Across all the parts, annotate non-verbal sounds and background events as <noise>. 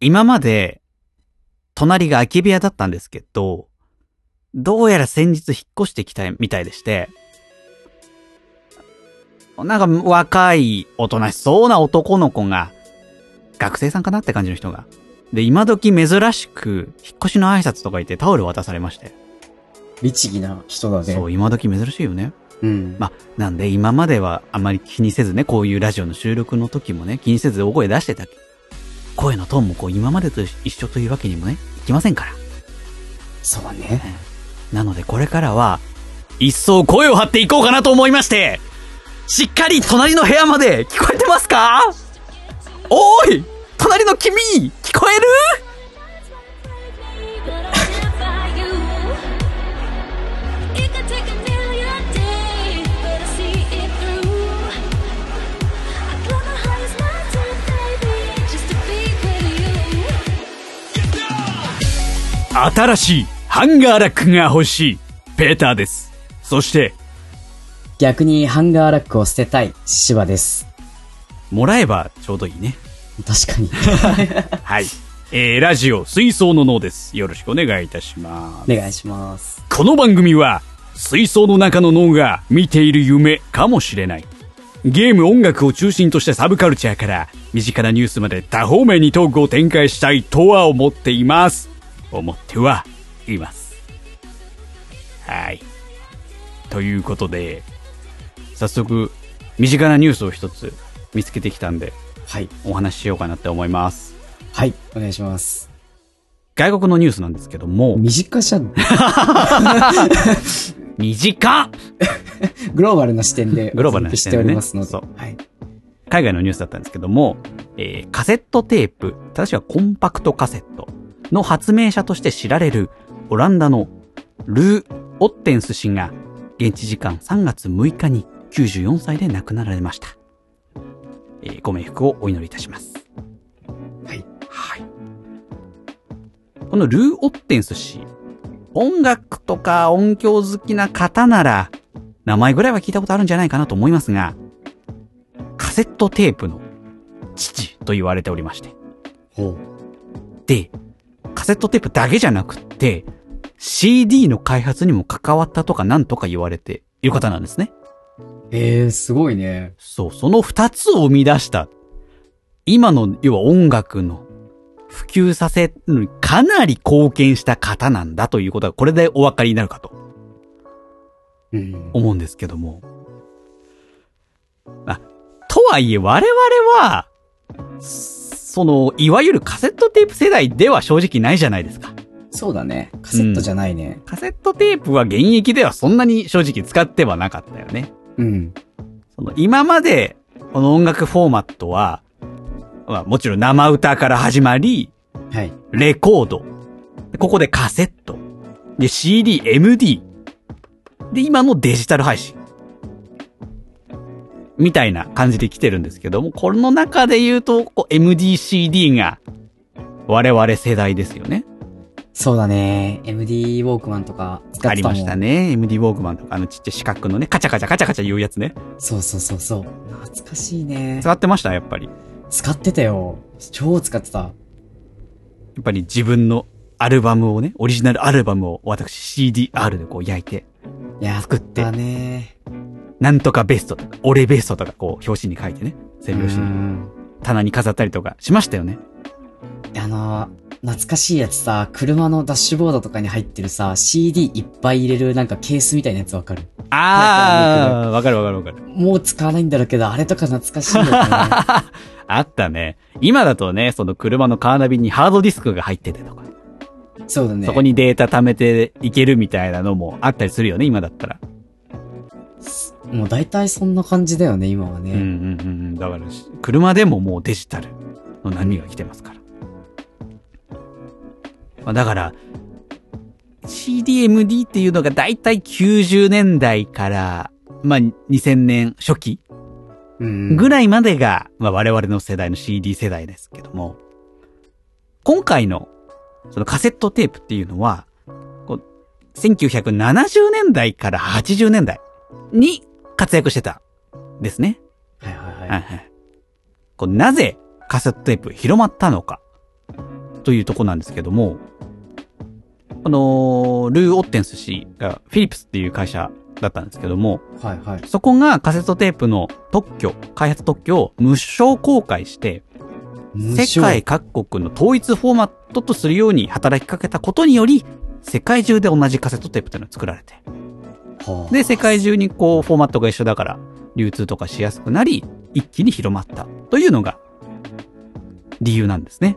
今まで、隣が空き部屋だったんですけど、どうやら先日引っ越してきたみたいでして、なんか若いおとなしそうな男の子が、学生さんかなって感じの人が。で、今時珍しく、引っ越しの挨拶とか言ってタオル渡されまして。律儀な人だね。そう、今時珍しいよね。うん。まあ、なんで今まではあまり気にせずね、こういうラジオの収録の時もね、気にせず大声出してたけど声のトーンもこう今までと一緒というわけにもね、いきませんから。そうね。なのでこれからは、一層声を張っていこうかなと思いまして、しっかり隣の部屋まで聞こえてますかおーい隣の君聞こえる It could take a million days, but I see it through. I climb the highest mountain, baby, just to be with you. 新しいハンガーラックが欲しい、ペーターです。そして、逆にハンガーラックを捨てたい、シ <laughs> バです。もらえばちょうどいいね。確かに。はい。えー、ラジオ、水槽の脳です。よろしくお願いいたします。お願いします。この番組は、水槽の中の脳が見ている夢かもしれない。ゲーム、音楽を中心としたサブカルチャーから、身近なニュースまで多方面にトークを展開したいとは思っています。思ってはいます。はい。ということで、早速、身近なニュースを一つ見つけてきたんで、はい。お話ししようかなって思います。はい。お願いします。外国のニュースなんですけども、短じ <laughs> ゃん。短っグローバルな視点で。グローバルな視点おで届ねけしておりますそのうで。はい。海外のニュースだったんですけども、えーカセットテープ、正しくはコンパクトカセットの発明者として知られるオランダのルー・オッテンス氏が現地時間3月6日に94歳で亡くなられました。えーご冥福をお祈りいたします。はい。はい。このルー・オッテンス氏、音楽とか音響好きな方なら、名前ぐらいは聞いたことあるんじゃないかなと思いますが、カセットテープの父と言われておりまして。ほう。で、カセットテープだけじゃなくって、CD の開発にも関わったとかなんとか言われている方なんですね。えー、すごいね。そう、その二つを生み出した。今の、要は音楽の普及させるのにかなり貢献した方なんだということが、これでお分かりになるかとうん。思うんですけども。あ、とはいえ我々は、その、いわゆるカセットテープ世代では正直ないじゃないですか。そうだね。カセットじゃないね。カセットテープは現役ではそんなに正直使ってはなかったよね。うん。その今まで、この音楽フォーマットは、まあもちろん生歌から始まり、はい。レコード。でここでカセット。で、CD、MD。で、今のデジタル配信。みたいな感じで来てるんですけども、この中で言うと、こう MD、CD が、我々世代ですよね。そうだね。MD ウォークマンとか使ってたもんありました。ね。MD ウォークマンとか、あのちっちゃい四角のね、カチャカチャカチャカチャ言うやつね。そうそうそうそう。懐かしいね。使ってました、やっぱり。や使ってたよ。超使ってた。っぱり自分のアルバムをね、オリジナルアルバムを私 CDR でこう焼いて、や作ってだね。なんとかベストとか、俺ベストとかこう表紙に書いてね、背う表紙に。ん。棚に飾ったりとかしましたよね。あの、懐かしいやつさ、車のダッシュボードとかに入ってるさ、CD いっぱい入れるなんかケースみたいなやつわかるああ、わかるわかるわかる。もう使わないんだろうけど、あれとか懐 <laughs> かしいよね。あったね。今だとね、その車のカーナビにハードディスクが入っててとか、そうだね。そこにデータ貯めていけるみたいなのもあったりするよね、今だったら。もう大体そんな感じだよね、今はうんうね。んうんうん。だからし、車でももうデジタルの波が来てますから。まあ、だから、CDMD っていうのがだいたい90年代から、まあ、2000年初期うんぐらいまでが、まあ、我々の世代の CD 世代ですけども、今回の、そのカセットテープっていうのは、こう1970年代から80年代に活躍してた、ですね。はいはいははいい。はい。こうなぜカセットテープ広まったのか。というとこなんですけども、あのールー・オッテンス氏がフィリップスっていう会社だったんですけども、はいはい。そこがカセットテープの特許、開発特許を無償公開して、無償世界。各国の統一フォーマットとするように働きかけたことにより、世界中で同じカセットテープっていうのが作られて。はあで、世界中にこう、フォーマットが一緒だから、流通とかしやすくなり、一気に広まった。というのが、理由なんですね。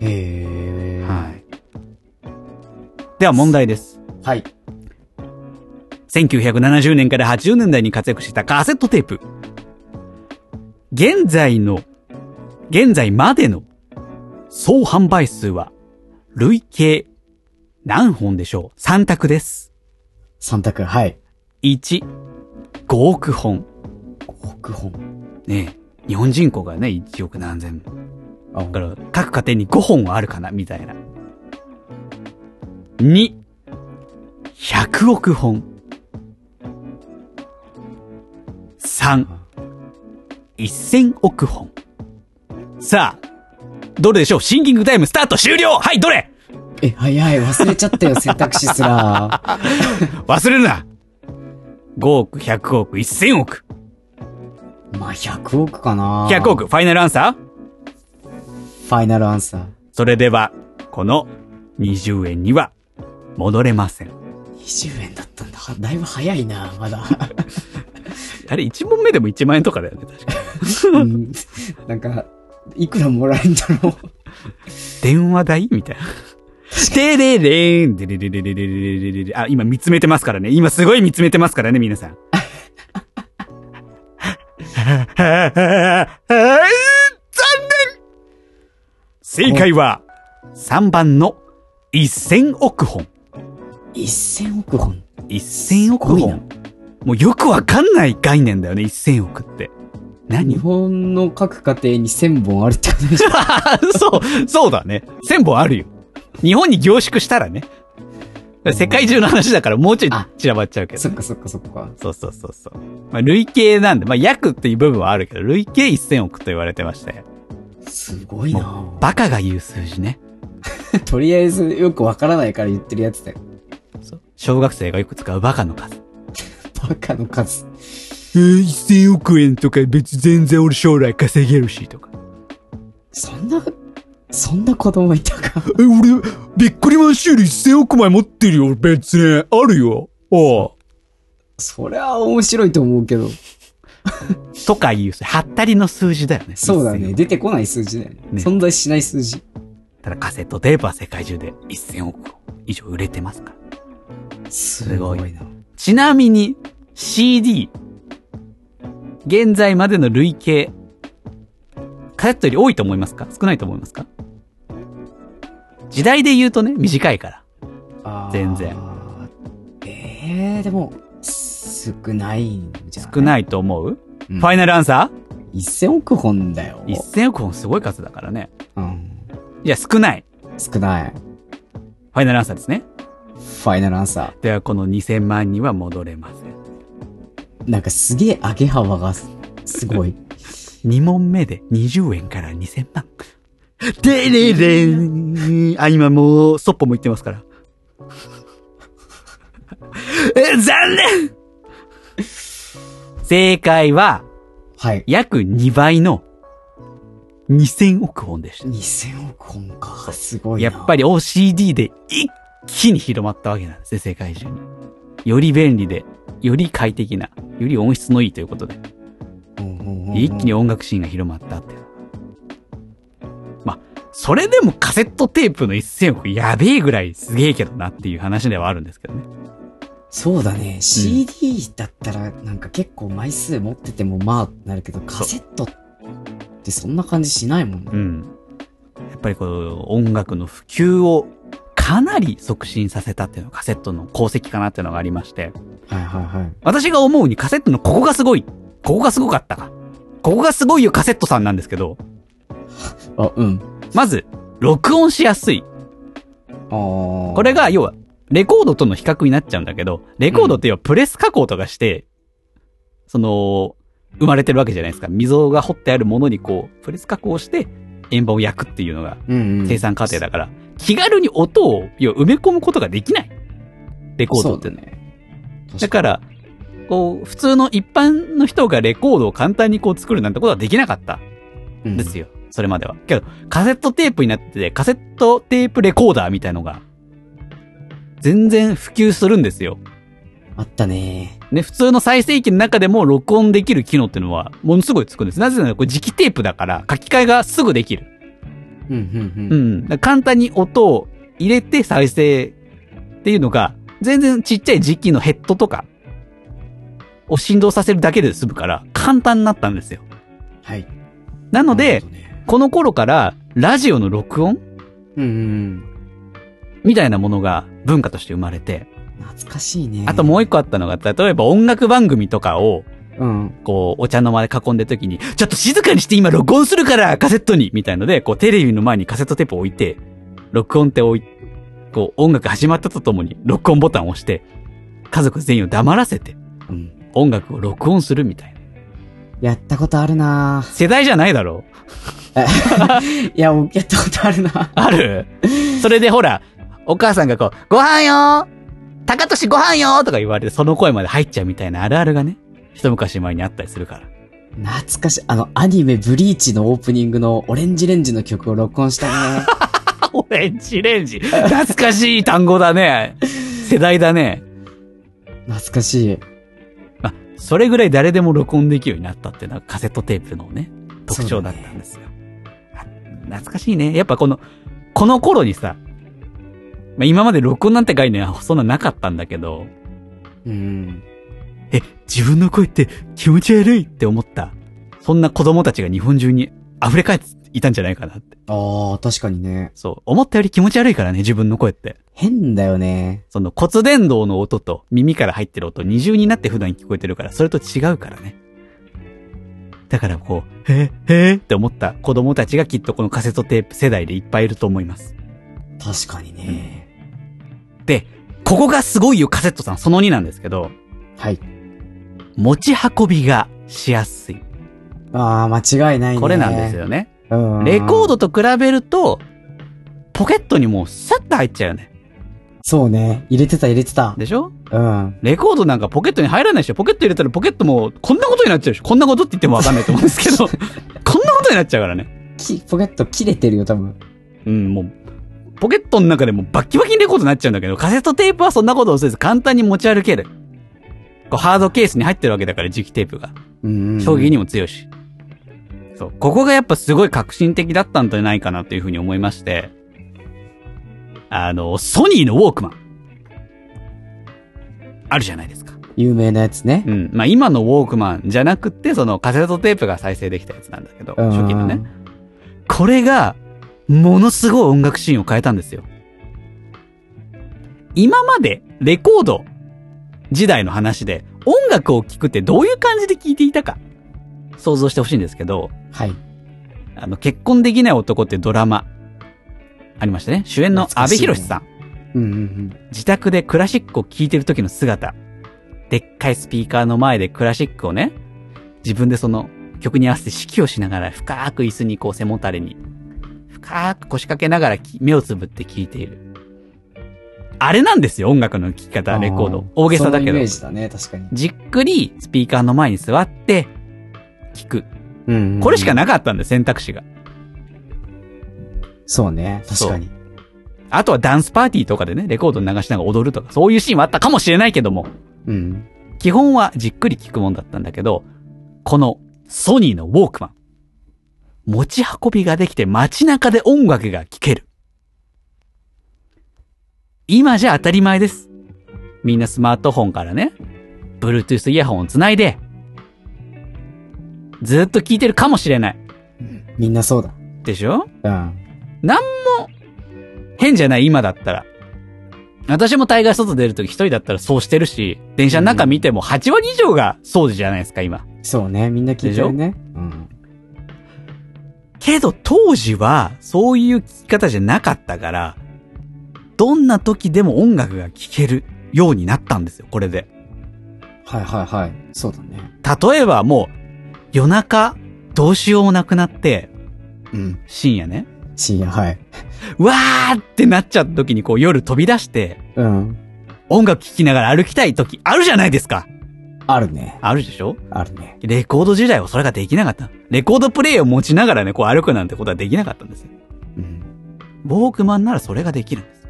へえ。はい。では問題です。はい。 1970年から80年代に活躍したカセットテープ。現在の、現在までの総販売数は、累計何本でしょう ?3 択です。三択、はい。 1、5億本。北本。ねえ日本人口がね、1億何千。だあ、から、各家庭に5本はあるかなみたいな。2、100億本。3、1000億本。さあ、どれでしょうシンキングタイムスタート終了はい、どれえ、早い。忘れちゃったよ、選択肢すら。 <laughs> 忘れるな !5 億、100億、1000億。まあ、100億かな。 100。億、ファイナルアンサーファイナルアンサー。それでは、この20円には戻れません。 20円だったんだ。だいぶ早いな、まだ。あれ、1問目でも1万円とかだよね、確か。うんなんか、いくらもらえんだろう。電話代みたいな。てれれーん、でれれれれれれれれれあ、今見つめてますからね。今すごい見つめてますからね、皆さん。残念正解は、3番の1000億本。 1000億本。 1000億すごいな本。もうよくわかんない概念だよね、1000億って。何日本の各家庭に1000本あるってこと <laughs> でしょ。あ <laughs> そう、そうだね。1000本あるよ。日本に凝縮したらね。世界中の話だからもうちょいあ散らばっちゃうけどそっね、かそっかそっか。そうそうそうそう。まあ、累計なんで、まあ、約っていう部分はあるけど、累計1000億と言われてまして。すごいもなう、バカが言う数字ね。とりあえずよくわからないから言ってるやつだよ。そう小学生がよく使うバカの数。バカの数。えー、1000億円とか別に全然俺将来稼げるし、とか。そんな、そんな子供いたか。え、俺、びっくりマンシール1000億枚持ってるよ、別に。あるよ。おう。そりゃ面白いと思うけど。とかいう、はったりの数字だよね。そうだ1000億ね。出てこない数字だよね。ね存在しない数字。ただカセットテープは世界中で1000億以上売れてますから。すごいな。ちなみに CD、現在までの累計、カセットより多いと思いますか少ないと思いますか時代で言うとね、短いから。あー全然。えー、でも、少ないんじゃない少ないと思う、うんファイナルアンサ1000億本だよー。?1000 億本すごい数だからね。うん。いや、少ない。少ない。ファイナルアンサーですね。ファイナルアンサでは、この2000万には戻れません。ー。なんかすげえ上げ幅がすす <laughs> ごい。 2問目で20円から2000万。でれれん。あ、今もう、そっぽも言ってますから。え、残念正解は、はい。約2倍の2000億本でし2000億本か。すごた。いな。やっぱり OCD で一気に広まったわけなんですね、世界中に。より便利で、より快適な、より音質のいいということで。うんうんうんうん、一気に音楽シーンが広まったって。まあ、それでもカセットテープの1000億やべえぐらいすげえけどなっていう話ではあるんですけどね。そうだね。CD だったら、なんか結構枚数持っててもまあ、なるけど、カセットってそんな感じしないもんね。うん。やっぱりこの音楽の普及をかなり促進させたっていうのがカセットの功績かなっていうのがありまして、はいはいはい。私が思うにカセットのここがすごい、ここがすごかったか。ここがすごいよカセットさんなんですけど、あ、うん。まず、録音しやすい。あこれが、要は、レコードとの比較になっちゃうんだけど、レコードって要はプレス加工とかして、その、生まれてるわけじゃないですか。溝が掘ってあるものにこう、プレス加工して、円盤を焼くっていうのがうんうん。生産過程だから、気軽に音を要は埋め込むことができない。レコードってそうね。だね。だから、こう、普通の一般の人がレコードを簡単にこう作るなんてことはできなかったら、んですよ。それまでは。けど、カセットテープになってて、カセットテープレコーダーみたいのが、全然普及するんですよ。あったね。ね、普通の再生機の中でも録音できる機能っていうのは、ものすごいつくんです。なぜなら、これ磁気テープだから、書き換えがすぐできる。うんうんううん。ん。だから簡単に音を入れて再生っていうのが、全然ちっちゃい磁気のヘッドとかを振動させるだけで済むから、簡単になったんですよ。はい。なのなるでほ、どねこの頃から、ラジオの録音うんうんみたいなものが文化として生まれて、うん。懐かしいね。あともう一個あったのが、例えば音楽番組とかを、うん。こう、お茶の間で囲んでる時に、ちょっと静かにして今録音するから、カセットにみたいので、こう、テレビの前にカセットテープを置いて、録音って置い、こう、音楽始まったとともに、録音ボタンを押して、家族全員を黙らせて、うん。音楽を録音するみたいな。やったことあるな世代じゃないだろういや、僕やったことあるなあるそれでほら、お母さんがこう、ご飯よー高俊ご飯よーとか言われて、その声まで入っちゃうみたいなあるあるがね、一昔前にあったりするから。懐かしい。あの、アニメブリーチのオープニングのオレンジレンジの曲を録音した <laughs> ね。オレンジレンジ。懐かしい単語だね。世代だね。懐かしい。あ、それぐらい誰でも録音できるようになったっていうのはカセットテープのね、特徴だったんですよ。あ懐かしいね。やっぱこの、この頃にさ、まあ、今まで録音なんて概念はそんななかったんだけど、うん。え、自分の声って気持ち悪いって思った。そんな子供たちが日本中に溢れ返っていたんじゃないかなって。ああ、確かにね。そう。思ったより気持ち悪いからね、自分の声って。変だよね。その骨伝導の音と耳から入ってる音二重になって普段聞こえてるから、それと違うからね。だからこう、へえ、へえって思った子供たちがきっとこのカセットテープ世代でいっぱいいると思います。確かにね。で、ここがすごいよカセットさんその2なんですけど、はい。持ち運びがしやすい。ああ、間違いないね。これなんです。よね。うん。レコードドと比べると、ポケットにもうスッと入っちゃうよね。そうね。入れてた入れてた。でしょうん。レコードなんかポケットに入らないでしょポケット入れたらポケットもこんなことになっちゃうでしょこんなことって言ってもわかんないと思うんですけど、こんなことになっちゃうからね。き、ポケット切れてるよ、多分。うん、もう、ポケットの中でもバッキバキにレコードになっちゃうんだけど、カセットテープはそんなことをせず簡単に持ち歩ける。こうハードケースに入ってるわけだから、磁気テープが。うん、うん。衝撃にも強いし。そう。ここがやっぱすごい革新的だったんじゃないかなというふうに思いまして。あの、ソニーのウォークマン。あるじゃないですか。有名なやつねう。ん。まあ、今のウォークマンじゃなくって、そのカセットテープが再生できたやつなんだけど、うん初期のね。。これが、ものすごい音楽シーンを変えたんですよ。今まで、レコード時代の話で、音楽を聴くってどういう感じで聴いていたか、想像してほしいんですけど、はい。あの、結婚できない男ってドラマ、ありましたね。主演の阿部寛さん。うんうんうん。自宅でクラシックを聴いてる時の姿。でっかいスピーカーの前でクラシックをね、自分でその曲に合わせて指揮をしながら深く椅子にこう背もたれに、深く腰掛けながらき目をつぶって聴いている。あれなんですよ、音楽の聴き方、レコーあド。大げさだけそのイどメー。ジだね、確かに。じっくりスピーカーの前に座って、聴く。うんうんうんこれしかなかったんだよ、選択肢が。そうね、そう確かに。あとはダンスパーティーとかでね、レコード流しながら踊るとか、そういうシーンはあったかもしれないけども、うん。基本はじっくり聞くもんだったんだけど、このソニーのウォークマン。持ち運びができて街中で音楽が聴ける。今じゃ当たり前です。みんなスマートフォンからね、Bluetooth イヤホンをつないで、ずっと聞いてるかもしれない。みんなそうだ。でしょうん。変じゃない今だったら。私も大概外出るとき一人だったらそうしてるし、電車の中見ても8割以上がそうじゃないですか、今。そうね、みんな聞いてるね。うん。けど当時はそういう聞き方じゃなかったから、どんな時でも音楽が聴けるようになったんですよ、これで。はいはいはい。そうだね。例えばもう、夜中、どうしようもなくなって、うん。深夜ね。深夜、はい。わーってなっちゃった時にこう夜飛び出して、うん。音楽聴きながら歩きたい時あるじゃないですか。あるね。あるでしょあるね。レコード時代はそれができなかった。レコードプレイを持ちながらね、こう歩くなんてことはできなかったんですよ。うん。ウォークマンならそれができるんです。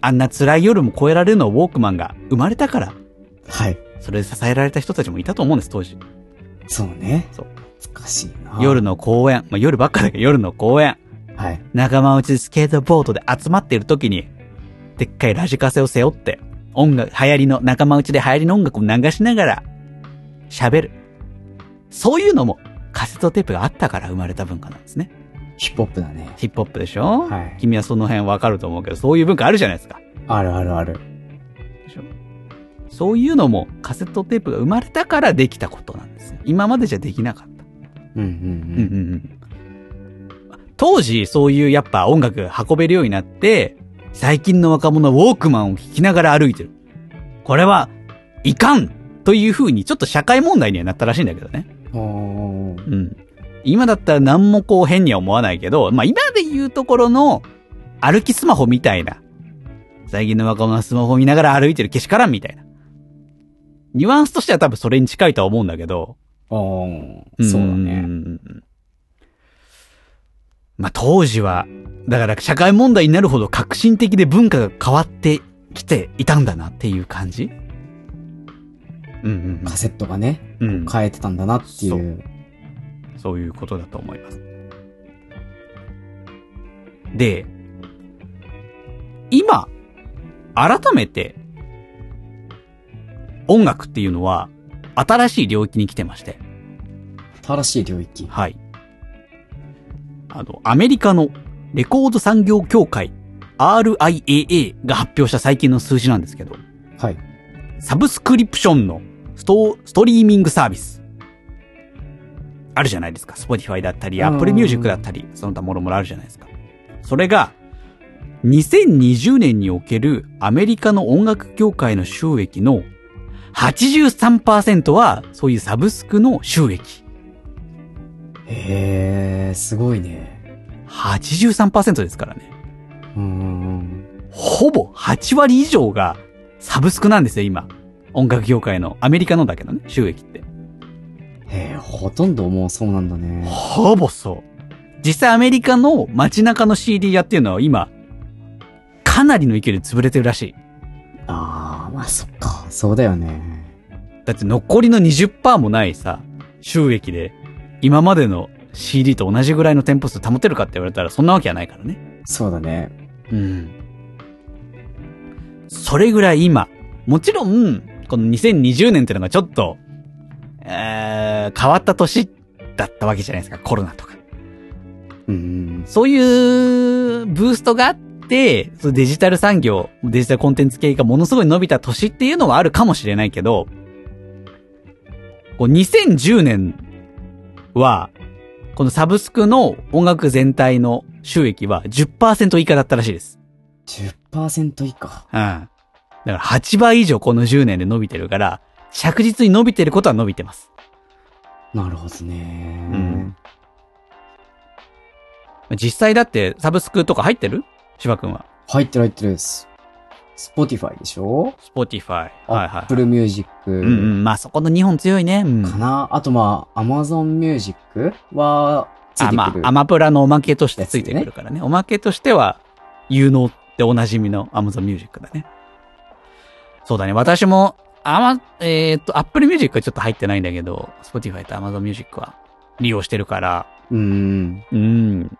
あんな辛い夜も超えられるのはウォークマンが生まれたから、はい。それで支えられた人たちもいたと思うんです、当時。そうね。そう。難しいな。夜。の公園、まあ、夜ばっかだけど夜の公園、はい。仲間内でスケートボードで集まっている時に、でっかいラジカセを背負って、音楽、流行りの、仲間内で流行りの音楽を流しながら、喋る。そういうのも、カセットテープがあったから生まれた文化なんですね。ヒップホップだね。ヒップホップでしょはい君はその辺わかると思うけど、そういう文化あるじゃないですか。あるあるある。でしょそういうのもカセットテープが生まれたからできたことなんですよ。今までじゃできなかった。うんうんうんうん。当時、そういうやっぱ音楽運べるようになって、最近の若者はウォークマンを聴きながら歩いてる。これは、いかんという風にちょっと社会問題にはなったらしいんだけどね。うんうん。おー。うん。今だったら何もこう変には思わないけど、まあ今で言うところの歩きスマホみたいな。最近の若者はスマホ見ながら歩いてるけしからんみたいな。ニュアンスとしては多分それに近いとは思うんだけど。おー。そうだんね。んうん。まあ当時は、だから社会問題になるほど革新的で文化が変わってきていたんだなっていう感じうんカセットがね、うん。うん。変えてたんだなってい。そうそういうことだと思います。で、今、改めて、音楽っていうのは、新しい領域に来てまして、新しい領域。はい。あの、アメリカのレコード産業協会、RIAA が発表した最近の数字なんですけど、はい。サブスクリプションのストストリーミングサービス。あるじゃないですか。Spotify だったり、うん Apple Music だったり、その他もろもろあるじゃないですか。それが、2020年におけるアメリカの音楽業界の収益の83%は、そういうサブスクの収益。へー、すごいね。 83%ですからね。うんうんうん。ほぼ8割以上がサブスクなんですよ、今。音楽業界の、アメリカのだけどね、収益って。へー、ほとんどもうそうなんだね。ほぼそう。実際アメリカの街中の CD 屋っていうのは今、かなりの勢いで潰れてるらしい。あー、まあそっか。そうだよね。だって残りの20%もないさ、収益で、今までの CD と同じぐらいの店舗数保てるかって言われたらそんなわけはないからね。そうだね。うん。それぐらい今、もちろん、この2020年ってのがちょっと、えー、変わった年だったわけじゃないですか、コロナとか。うんうん。そういうブーストがあって、そのデジタル産業、デジタルコンテンツ系がものすごい伸びた年っていうのはあるかもしれないけど、こう2010年は、このサブスクの音楽全体の収益は10%以下だったらしいです。 10%以下。うん。だから8倍以上この10年で伸びてるから、着実に伸びてることは伸びてます。なるほどね。うん実際だってサブスクとか入ってる芝くんは。入ってる入ってるです。Spotify でしょ Spotify。はいはい。 Apple Music うんうん。まあそこの日本強いね。うん。かな、あとまあ、Amazon Music は、ついあてまくる。あ、アマプラのおまけとしてついてくるからね。おまけとしては、有能っておなじみの Amazon Music だね。そうだね。私も、アマ、えーっと、Apple Music はちょっと入ってないんだけど、Spotify と Amazon Music は利用してるから、うん。うん。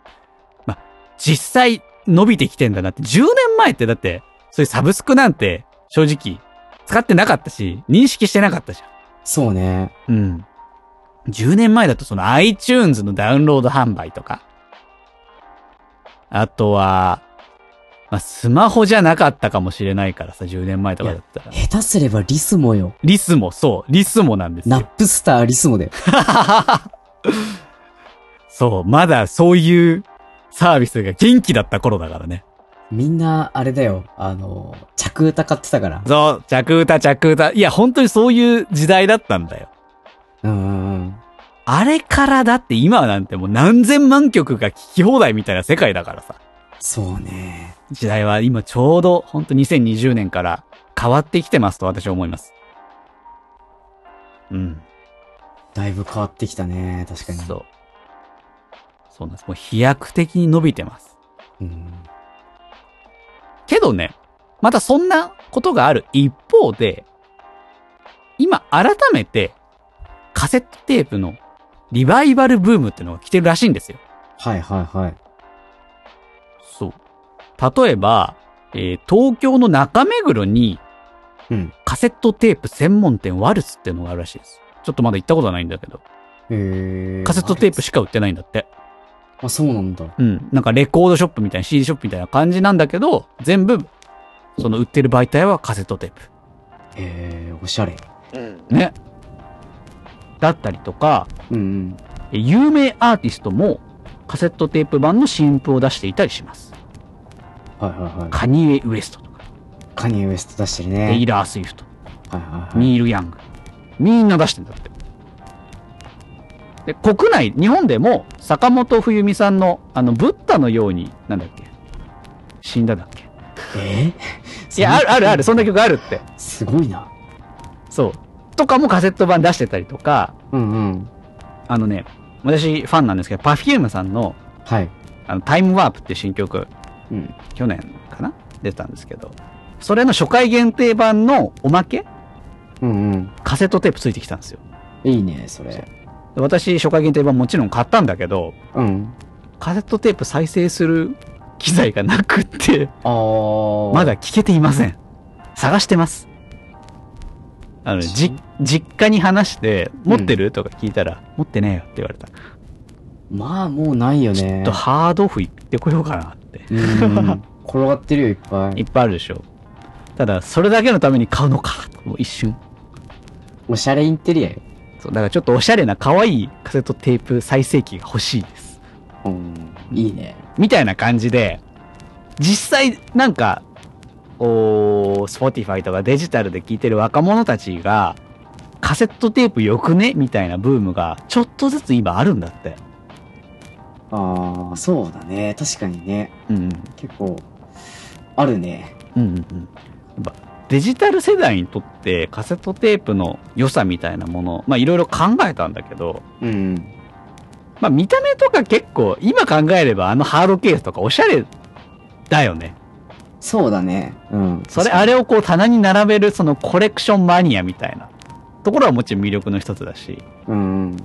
まあ、実際伸びてきてんだなって。10年前ってだって、そういうサブスクなんて、正直、使ってなかったし、認識してなかったじゃん。そうね。うん。10年前だとその iTunes のダウンロード販売とか、あとは、まあ、スマホじゃなかったかもしれないからさ、10年前とかだったら。下手すればリスモよ。リスも、そう、リスもなんですナよッ。プスターリスモだよ。そう、まだそういうサービスが元気だった頃だからね。みんな、あれだよ。あの、着歌買ってたから。そう、着歌着歌。いや、本当にそういう時代だったんだよ。うんうんうん。あれからだって今なんてもう何千万曲が聴き放題みたいな世界だからさ。そうね。時代は今ちょうどほんと2020年から変わってきてますと私は思います。うん。だいぶ変わってきたね。確かに。そう。そうなんです。もう飛躍的に伸びてます。うん。けどね、またそんなことがある一方で、今改めてカセットテープのリバイバルブームってのが来てるらしいんですよ。はいはいはい。そう。例えば、えー東京の中目黒にうん。カセットテープ専門店ワルスっていうのがあるらしいです。ちょっとまだ行ったことはないんだけど、へえ。カセットテープしか売ってないんだって。あ、そうなんだ。うん。なんかレコードショップみたいな CD ショップみたいな感じなんだけど、全部、その売ってる媒体はカセットテープ。へえ、おしゃれ。ね。だったりとか、うんえ有名アーティストもカセットテープ版の新譜を出していたりします。うん。はいはいはい。カニエ・ウエストとか、カニエウエスト出してるテイね。ラー・スウィフト、はいはいはい。ニール・ヤング。みんな出してんだって。で、国内、日本でも坂本冬美さんの、あの、ブッダのように、なんだっけ死んだだっけえいや、あるあるある、そんな。曲あるって。すごいな。そう。とかもカセット版出してたりとか、うんうん。あのね、私ファンなんですけど、Perfume さんのはい。あのタイムワープって新曲、うん。去年かな出たんですけど、それの初回限定版のおまけうんうん。カセットテープついてきたんですよ。いいね、それ。で私、初回限定版もちろん買ったんだけど、うん。カセットテープ再生する機材がなくって、あー。まだ聞けていません。探してます。あの、じ、実家に話して、持ってる、とか聞いたら、持ってねえよって言われた。まあ、もうないよね。とハードオフ行ってこようかなって。 <laughs> うん。転がってるよ、いっぱいい。っぱいあるでしょ。ただ、それだけのために買うのか、ともう一瞬。おしゃれインテリアよ。そう、だからちょっとおしゃれな可愛いカセットテープ再生機が欲しいです。うん。いいね。みたいな感じで、実際なんか、おー、Spotify とかデジタルで聴いてる若者たちが、カセットテープよくねみたいなブームが、ちょっとずつ今あるんだって。ああ、そうだね。確かにね。うん結構、あるね。うん。うんうんうん。やっぱデジタル世代にとってカセットテープの良さみたいなもの、まあいろいろ考えたんだけど、うん。まあ見た目とか結構、今考えればあのハードケースとかおしゃれだよね。そうだね。うん。それ、あれをこう棚に並べるそのコレクションマニアみたいなところはもちろん魅力の一つだし、うん。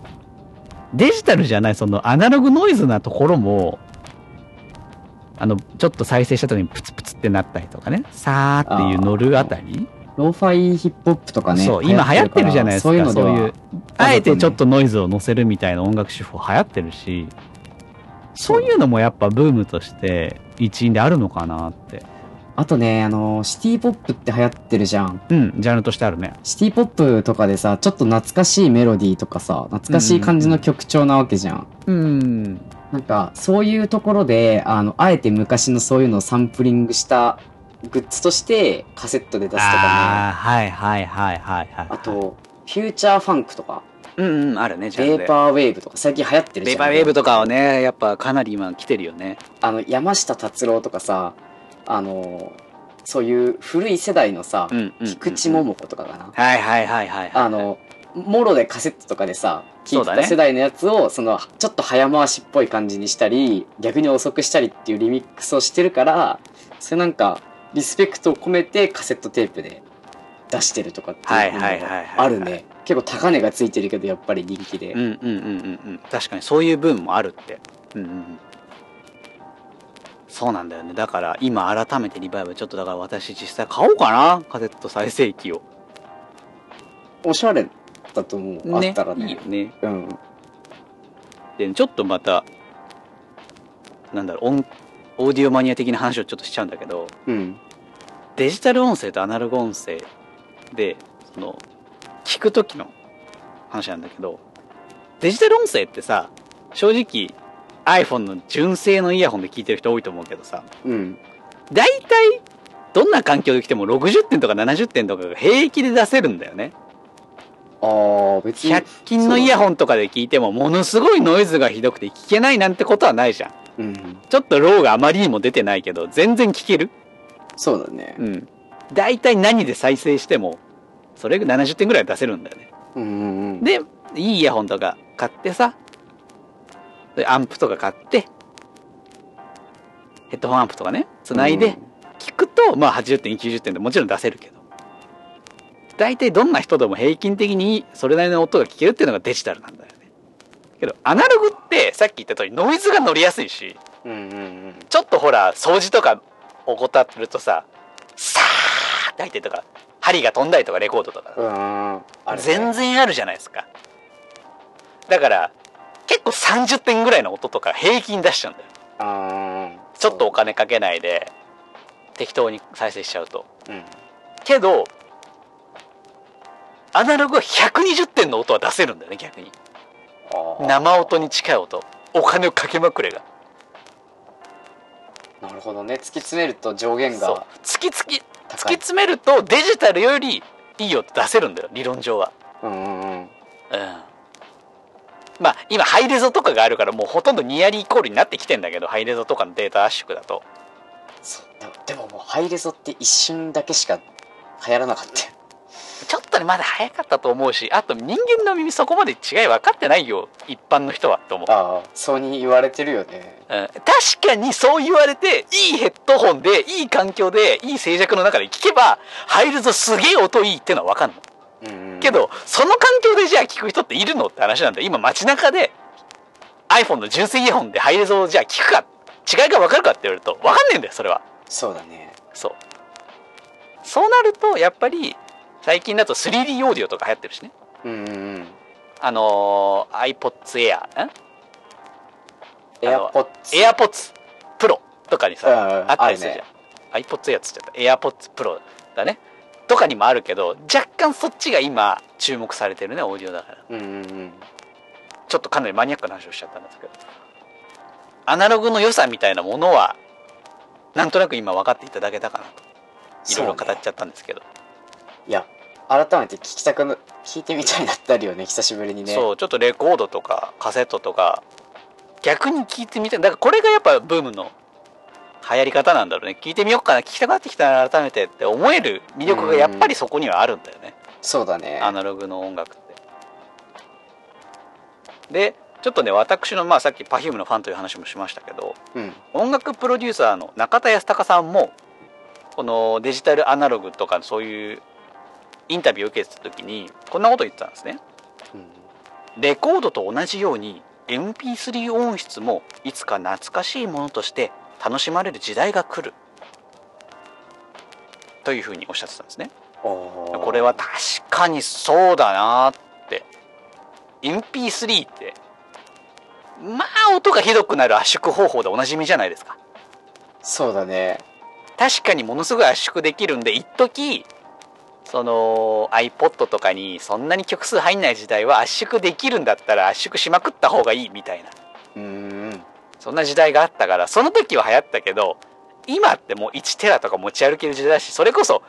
デジタルじゃないそのアナログノイズなところも、あの、ちょっと再生した時にプツプツってなったりとかね、さーっていう乗るあたり、ローファイヒップホップとかね。そう、今流行ってるじゃないですか、そう流い行うってるらそういうのではあえてちょっとノイズを乗せるみたいな音楽手法流行ってるし、そういうのもやっぱブームとして一因であるのかなって。あとね、あの、シティポップって流行ってるじゃん。うん、ジャンルとしてあるね。シティポップとかでさ、ちょっと懐かしいメロディーとかさ、懐かしい感じの曲調なわけじゃん。うん。なんか、そういうところで、あの、あえて昔のそういうのをサンプリングしたグッズとして、カセットで出すとかね。ああ、はいはいはいはいはい。あ、と、フューチャーファンクとか、うんうん、あるね、ジャンベルでーパーウェーブとか、最近流行ってるペじゃーん。パーウェーブとかはね、やっぱかなり今来てるよね。あの、山下達郎とかさ、あの、そういう古い世代のさ、ん、うん菊池。桃子とかかな。はいはいはいはいはい。あ、の、もろでカセットとかでさ、聞そいうだてねた世代のやつを、その、ちょっと早回しっぽい感じにしたり、逆に遅くしたりっていうリミックスをしてるから、それなんか、リスペクトを込めてカセットテープで出してるとかっていうのはいはいはいはいがあるね。結構高値がついてるけど、やっぱり人気で。うんうんうんうんうん。確かにそういう分もあるって。うんうんうん。そうなんだよね。だから今改めてリバイバル、ちょっとだから私実際買おうかな。カセット再生機を。おしゃれだと思う。あったらね。いいよね。うん。で、ちょっとまた、なんだろう、音オーディオマニア的な話をちょっとしちゃうんだけど、うん。デジタル音声とアナログ音声でその聞く時の話なんだけどデジタル音声ってさ正直 iPhone の純正のイヤホンで聞いてる人多いと思うけどさうん。大体どんな環境で来ても60点とか70点とかが平気で出せるんだよねあー、別に。 100均のイヤホンとかで聞いてもものすごいノイズがひどくて聞けないなんてことはないじゃんうん。ちょっとローがあまりにも出てないけど全然聞けるそうだね。うん大体何で再生してもそれ70点ぐらいは出せるんだよねうんうんうん。でいいイヤホンとか買ってさでアンプとか買ってヘッドホンアンプとかねつないで聞くと、まあ80点90点でもちろん出せるけど大体どんな人でも平均的にそれなりの音が聞けるっていうのがデジタルなんだよねけどアナログってさっき言った通りノイズが乗りやすいしうんうんうん。ちょっとほら掃除とか怠るとささーって入ってとか針が飛んだりとかレコードとかうんうんうん。あれ全。然あるじゃないですかだから結構30点ぐらいの音とか平均出しちゃうんだよあーちょっとお。金かけないで適当に再生しちゃうとそううん。けどアナログは120点の音は出せるんだよね逆にあー生音に近い音お金をかけまくれがなるほどね。突き詰めると上限そうが突き突き突き高い。詰めるとデジタルよりいい音出せるんだよ理論上はうんうんうん。うんまあ今ハイレゾとかがあるからもうほとんどニアリーイコールになってきてんだけどハイレゾとかのデータ圧縮だとそうでもでももうハイレゾって一瞬だけしか流行らなかったよちょっとねまだ早かったと思うしあと人間の耳そこまで違い分かってないよ一般の人はと思う、ああそうに言われてるよねうん、確かにそう言われていいヘッドホンでいい環境でいい静寂の中で聞けばハイレゾすげえ音いいってのは分かんないうんけどその環境でじゃあ聞く人っているのって話なんで今街中で iPhone の純正イヤホンでハイレゾをじゃあ聞くか違いが分かるかって言われると分かんねえんだよそれはそうだねそうそうなるとやっぱり最近だと 3D オーディオとか流行ってるしねうんうんうんあのー、iPods Air んエアポッツ AirPods Pro とかにさ、うんあったりするじゃん、iPods Air っつっちゃった AirPods Pro だねとかにもあるけど若干そっちが今注目されてるねオーディオだからうんうんうんちょっとかなりマニアックな話をしちゃったんですけどアナログの良さみたいなものはなんとなく今分かっていただけたかなといろいろ語っちゃったんですけどそう,、いや改めて聞きたくな聞いてみたいなったりよね久しぶりにねちょっとレコードとかカセットとか逆に聞いてみたいだからこれがやっぱブームの流行り方なんだろうね聞いてみようかな聞きたくなってきたな改めてって思える魅力がやっぱりそこにはあるんだよねそうだねアナログの音楽って。でちょっとね私のまあさっき Perfume のファンという話もしましたけどうん音楽プロデューサーの中田康隆さんもこのデジタルアナログとかそういうインタビューを受けてた時にこんなこと言ってたんですねうんレコードと同じように MP3 音質もいつか懐かしいものとして楽しまれる時代が来るというふうにおっしゃってたんですねおーこれは確かにそうだなって MP3 ってまあ音がひどくなる圧縮方法でおなじみじゃないですかそうだね確かにものすごい圧縮できるんで一時その iPod とかにそんなに曲数入んない時代は圧縮できるんだったら圧縮しまくった方がいいみたいなうんうんそんな時代があったからその時は流行ったけど今ってもう1テラとか持ち歩ける時代だしそれこそ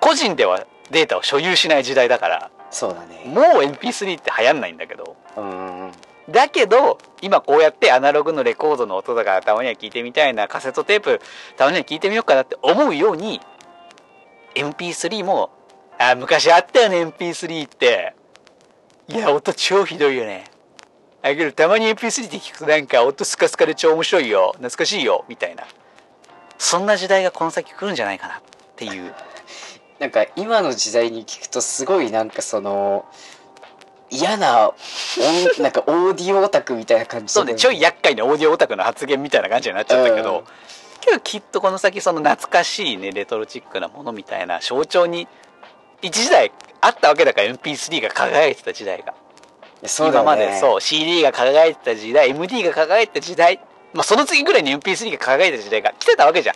個人ではデータを所有しない時代だからそうだねもう MP3 って流行んないんだけどうんうんうんだけど今こうやってアナログのレコードの音とかたまには聞いてみたいなカセットテープたまには聞いてみようかなって思うように MP3 もあ昔あったよね MP3 っていや音超ひどいよねだけどたまに MP3 って聞くとなんか音スカスカで超面白いよ懐かしいよみたいなそんな時代がこの先来るんじゃないかなっていうなんか今の時代に聞くとすごいなんかその嫌な音なんかオーディオオタクみたいな感じそうねちょい厄介なオーディオオタクの発言みたいな感じになっちゃったけど、うんけどきっとこの先その懐かしいねレトロチックなものみたいな象徴に一時代あったわけだから MP3 が輝いてた時代が、いやそうだ今まよねでそう CD が輝いてた時代 MD が輝いてた時代、まあ、その次ぐらいに MP3 が輝いてた時代が来てたわけじゃ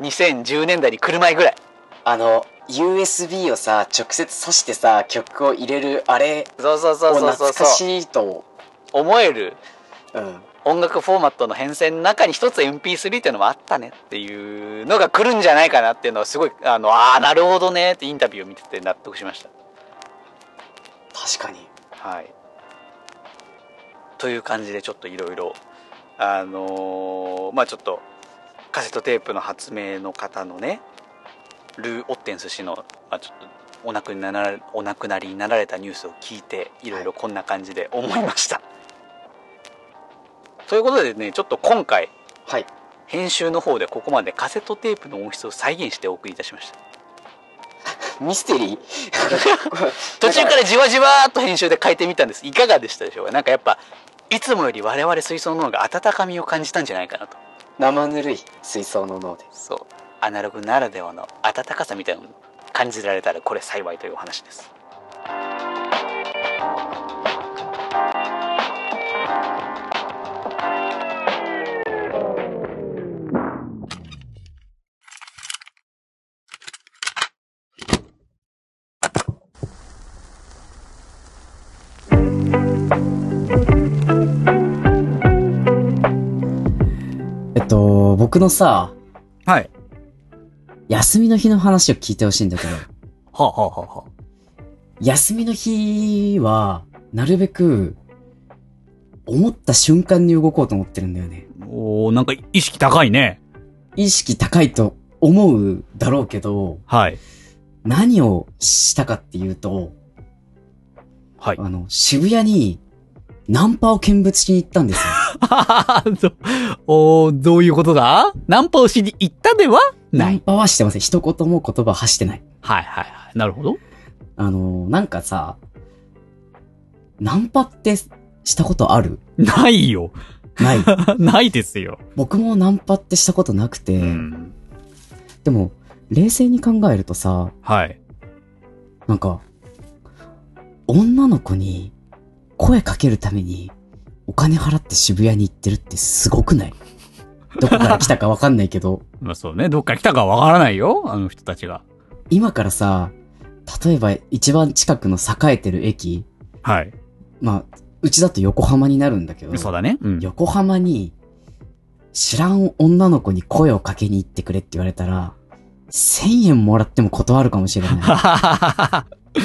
ん2010年代に来る前ぐらいあの USB をさ直接挿してさ曲を入れるあれそうそうそをうそう懐そうかしいと思えるうん音楽フォーマットの変遷の中に一つ MP3 っていうのもあったねっていうのが来るんじゃないかなっていうのはすごいあのあーなるほどねってインタビューを見てて納得しました確かに。はい。という感じでちょっといろいろあのーまあちょっとカセットテープの発明の方のねルー・オッテンス氏の、まあ、ちょっとお亡くなられお亡くなりになられたニュースを聞いていろいろこんな感じで思いました。ということでねちょっと今回はい。編集の方でここまでカセットテープの音質を再現してお送りいたしましたミステリー <laughs> 途中からじわじわーっと編集で変えてみたんですいかがでしたでしょうかなんかやっぱいつもより我々水槽の方が温かみを感じたんじゃないかなと生ぬるい水槽の脳で。そうアナログならではの温かさみたいなのを感じられたらこれ幸いというお話ですえっと、僕のさ、はい。休みの日の話を聞いてほしいんだけど、 <laughs> はあ、はあはあはあ、休みの日は、なるべく、思った瞬間に動こうと思ってるんだよね。おーなんか意識高いね。意識高いと思うだろうけど、はい。何をしたかっていうと、はい。 <laughs> あの、渋谷に、ナンパを見物しに行ったん <laughs> ですよ。どおーどういうことだナンパをしに行ったではナなンい。パはしてません。一言も言葉はしてない。はいはいはい。なるほど。あの、なんかさ、ナンパってしたことあるないよ。 <laughs> ない。ないですよ。僕もナンパってしたことなくて、うん。でも、冷静に考えるとさ、はい。なんか、女の子に声かけるためにお金払って渋谷に行ってるってすごくないどこから来たかわかんないけど、まあそうね。どっから来たかわからないよ。あの人たちが。今からさ、例えば一番近くの栄えてる駅、はい。まあ、うちだと横浜になるんだけど、そうだね。うん。 <laughs> 横浜に知らん女の子に声をかけに行ってくれって言われたら、1000円もらっても断るかもし <laughs> れない。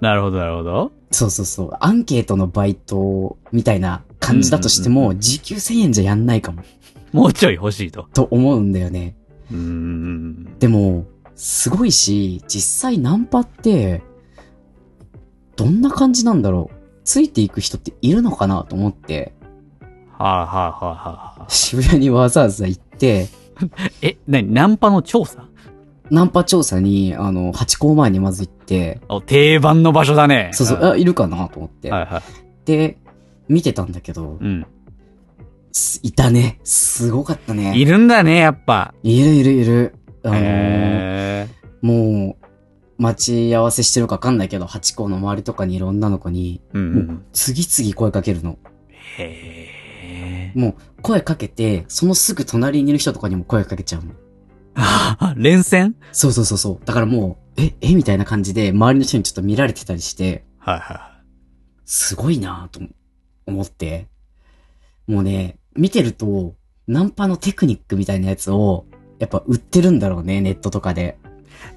なるほど、なるほど。そうそうそう。アンケートのバイトみたいな感じだとしてうんうんも、うん時給1000円じゃやんないかも、もうちょい欲しいと。と思うんだよね。うーん。でも、すごいし、実際ナンパって、どんな感じなんだろう。ついていく人っているのかなと思って、はあ、はあはあはあ、渋谷にわざわざ行って、え、なに、ナンパの調査ナンパ調査に、あの、八公前にまず行って、お定番の場所だね。そうそう、はあ、いるかなと思って。いはい。で、見てたんだけど、うん。すいたね。すごかったね。いるんだね、やっぱ。いるいるいる。あのーへもう、待ち合わせしてるかわかんないけど、八校の周りとかにいる女の子に、ー。うんうん。次々声かけるの。へー。もう、声かけて、そのすぐ隣にいる人とかにも声かけちゃうの。あ連戦そうそうそうそう。だからもう、え、えみたいな感じで、周りの人にちょっと見られてたりして、はいはすごいなぁと思って。もうね、見てると、ナンパのテクニックみたいなやつを、やっぱ売ってるんだろうね、ネットとかで。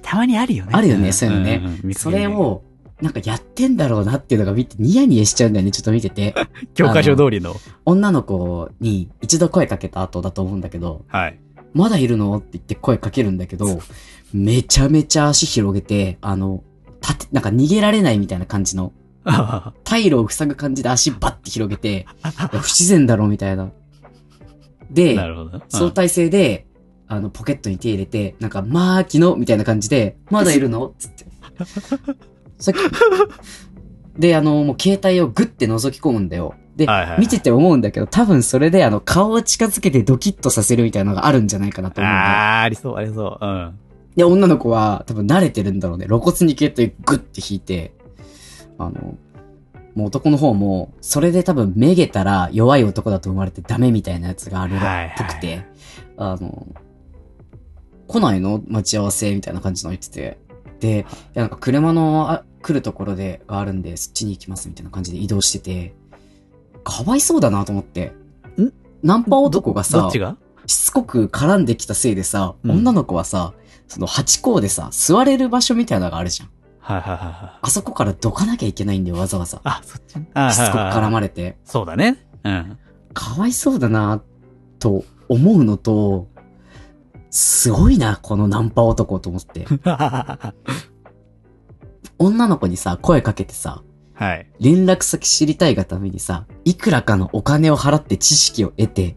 い。たまにあるよね。あるよねそういうのねんん見つそけるねれを、なんかやってんだろうなっていうのが見て、ニヤニヤしちゃうんだよね、ちょっと見てて。教科書通りの。女の子に一度声かけた後だと思うんだけど、 <laughs> はい。まだいるのって言って声かけるんだけど、めちゃめちゃ足広げて、あの、立て、なんか逃げられないみたいな感じの、あ退路を塞ぐ感じで足バッて広げて、いや不自然だろみたいな。ーで、なるほど。その体勢で、あの、ポケットに手入れて、なんか、マーキのみたいな感じで、まだいるの <laughs> つって。さっき。で、あの、もう携帯をグッて覗き込むんだよ。で、はいはいはい見てて思うんだけど、多分それで、あの、顔を近づけてドキッとさせるみたいなのがあるんじゃないかなと思うんだよあー、ありそう、ありそう。うん。で、女の子は多分慣れてるんだろうね。露骨に携帯グッて引いて、あの、もう男の方も、それで多分めげたら弱い男だと思われてダメみたいなやつがあるっぽくて、あの、来ないの待ち合わせみたいな感じの言ってて。で、いやなんか車のあ来るところでがあるんで、そっちに行きますみたいな感じで移動してて、かわいそうだなと思って。んナンパ男がさ、どっちがしつこく絡んできたせいでさ、うん女の子はさ、その八校でさ、座れる場所みたいなのがあるじゃん。はいはいはいはい。あそこからどかなきゃいけないんだよ、わざわざ。あ、そっち。あしつこく絡れ。まれて。そうだね。うん。 <laughs> かわいそうだな、と思うのと、すごいな、このナンパ男と <laughs> 思って。は女の子にさ、声かけてさ、い。連絡先知りたいがためにさ、いくらかのお金を払って知識を得て、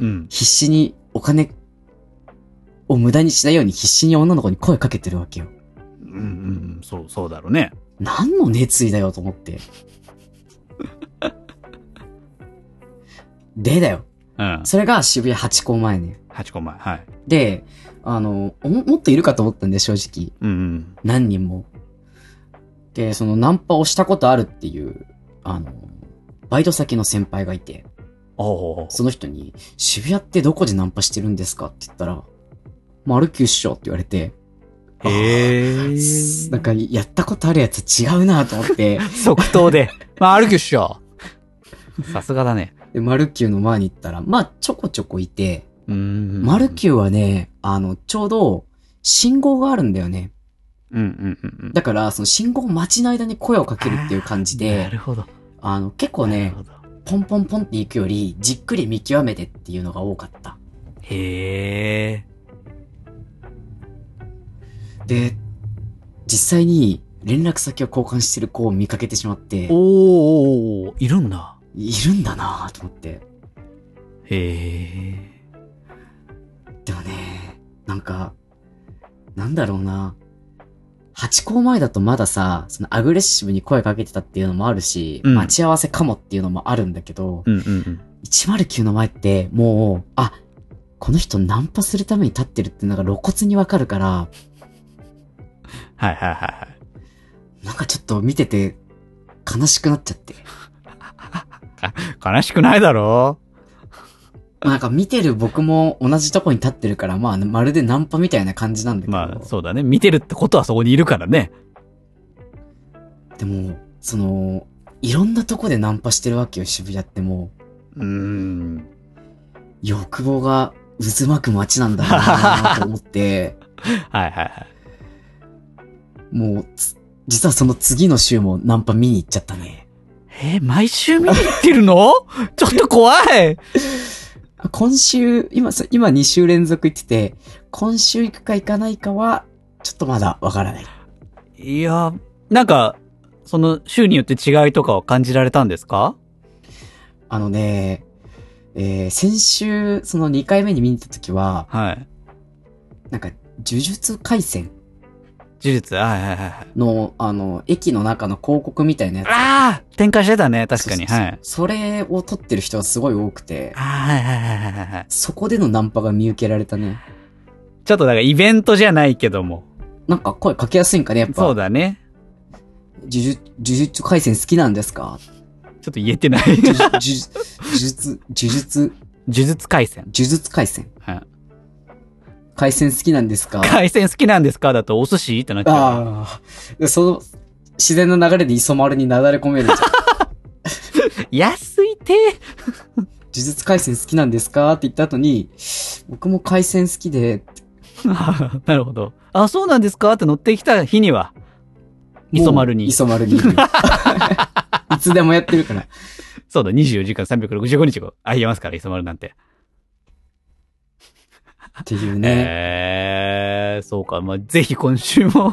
うん。必死にお金を無駄にしないように必死に女の子に声かけてるわけよ。うんうんうん。そう、そうだろうね。何の熱意だよと思って。 <laughs> でだよ。うん。それが渋谷8校前ね。 8個前。はい。で、あの、おももっといるかと思ったんで、正直。うんうん。何人も。で、そのナンパをしたことあるっていう、あの、バイト先の先輩がいて、おお。その人に、渋谷ってどこでナンパしてるんですかって言ったら、マルキューっしょって言われて、へえ。なんか、やったことあるやつ違うなと思って、即答で。 <laughs> まあ、歩きっしょ。さすがだね。で、マルキューの前に行ったら、まあ、ちょこちょこいて、うん。マルキューはね、あの、ちょうど、信号があるんだよね。うんうんうんうん。だから、その信号待ちの間に声をかけるっていう感じなでる、ほど。あの、結構なるねほ、ど。ポンポンポンって行くより、じっくり見極めてっていうのが多かった。へえ。で、実際に連絡先を交換してる子を見かけてしまっておー、おーおーいるんだ。いるんだなぁと思って。へえ。でもね、なんか、なんだろうな。8校前だとまださ、そのアグレッシブに声かけてたっていうのもあるし、うん待ち合わせかもっていうのもあるんだけど、うんうんうん。 109の前ってもう、あ、この人ナンパするために立ってるっていうのが露骨にわかるから、はいはいはいはい。なんかちょっと見てて悲しくなっちゃって。悲しくないだろまあなんか見てる僕も同じとこに立ってるから、まあまるでナンパみたいな感じなんだけど。まあ、そうだね。見てるってことはそこにいるからね。でも、その、いろんなとこでナンパしてるわけよ、渋谷ってもう。うーん。欲望が渦巻く街なんだなと <laughs> 思って、はいはいはい。もうつ、実はその次の週もナンパ見に行っちゃったね。えー毎週見に行ってるのちょっと怖い今週、今、そう今2週連続行ってて、今週行くか行かないかは、ちょっとまだわからない。いや、なんか、その、週によって違いとかは感じられたんですかあのね、えー先週、その2回目に見に行った時は、はい。なんか、呪術回戦事実、はいはいはいはい。の、あの、駅の中の広告みたいなやつ。ああ展開してたね、確かに。そうそうはそい。うそれを撮ってる人がすごい多くてあー、はいはいはいはいはいはい。そこでのナンパが見受けられたね。ちょっとだからイベントじゃないけども。なんか声かけやすいんかね、やっぱ。そうだ。だね。呪術、呪術回戦好きなんですかちょっと言えてない。呪術、呪術、呪術、呪呪術回戦。術回戦。はい回戦好きなんで <laughs> すか回戦好きなんですかだとお寿司ってなっちゃう。ああ。その、自然な流れで磯丸になだれ込めるじゃん。 <laughs> 呪安いて術回戦好きなんですかって言った後に、僕も回戦好きで、ーなるほど。あ、そうなんですかって乗ってきた日には、磯丸にもう磯丸にい <laughs> るよ。いつでもやってるから。そうだ、24時間365日後、ありえますから、磯丸なんて。っていうね。えー、そうか。まあ、ぜひ今週も。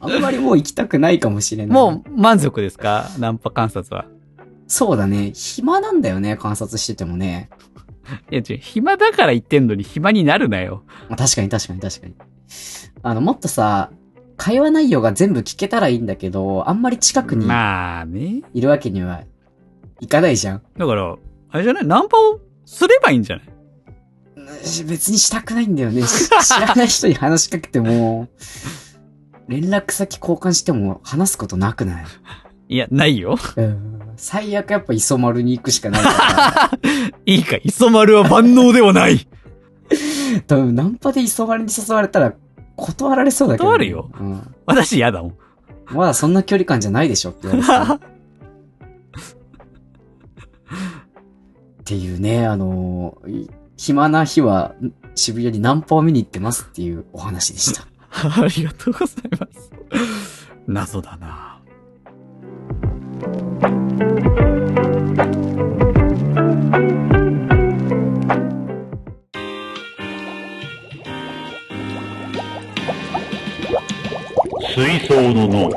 あんまりもう行きたくないかもしれない。もう満足ですかナンパ観察は。そうだね。暇なんだよね、観察しててもね。いや、違う、暇だから言ってんのに暇になるなよ。まあ、確かに確かに確かに。あの、もっとさ、会話内容が全部聞けたらいいんだけど、あんまり近くにまあね。いるわけにはいかないじゃん。だから、あれじゃないナンパをすればいいんじゃないうん別にしたくないんだ <laughs> よね。し知らない人に話しかけても、連絡先交換しても話すことなくないいや、ないよ。うん最悪やっぱ磯丸に行くしかないから。いいか、磯丸は万能ではない。 <laughs> 多分ナンパで磯丸に誘われたら断られそうだけど、断るようん。私嫌だもん。まだそんな距離感じゃないでしょって言われてた。っていうね、あのーい暇な日は渋谷にナンパを見に行ってますっていうお話でした。 <laughs> ありがとうございます。謎だな。水槽の脳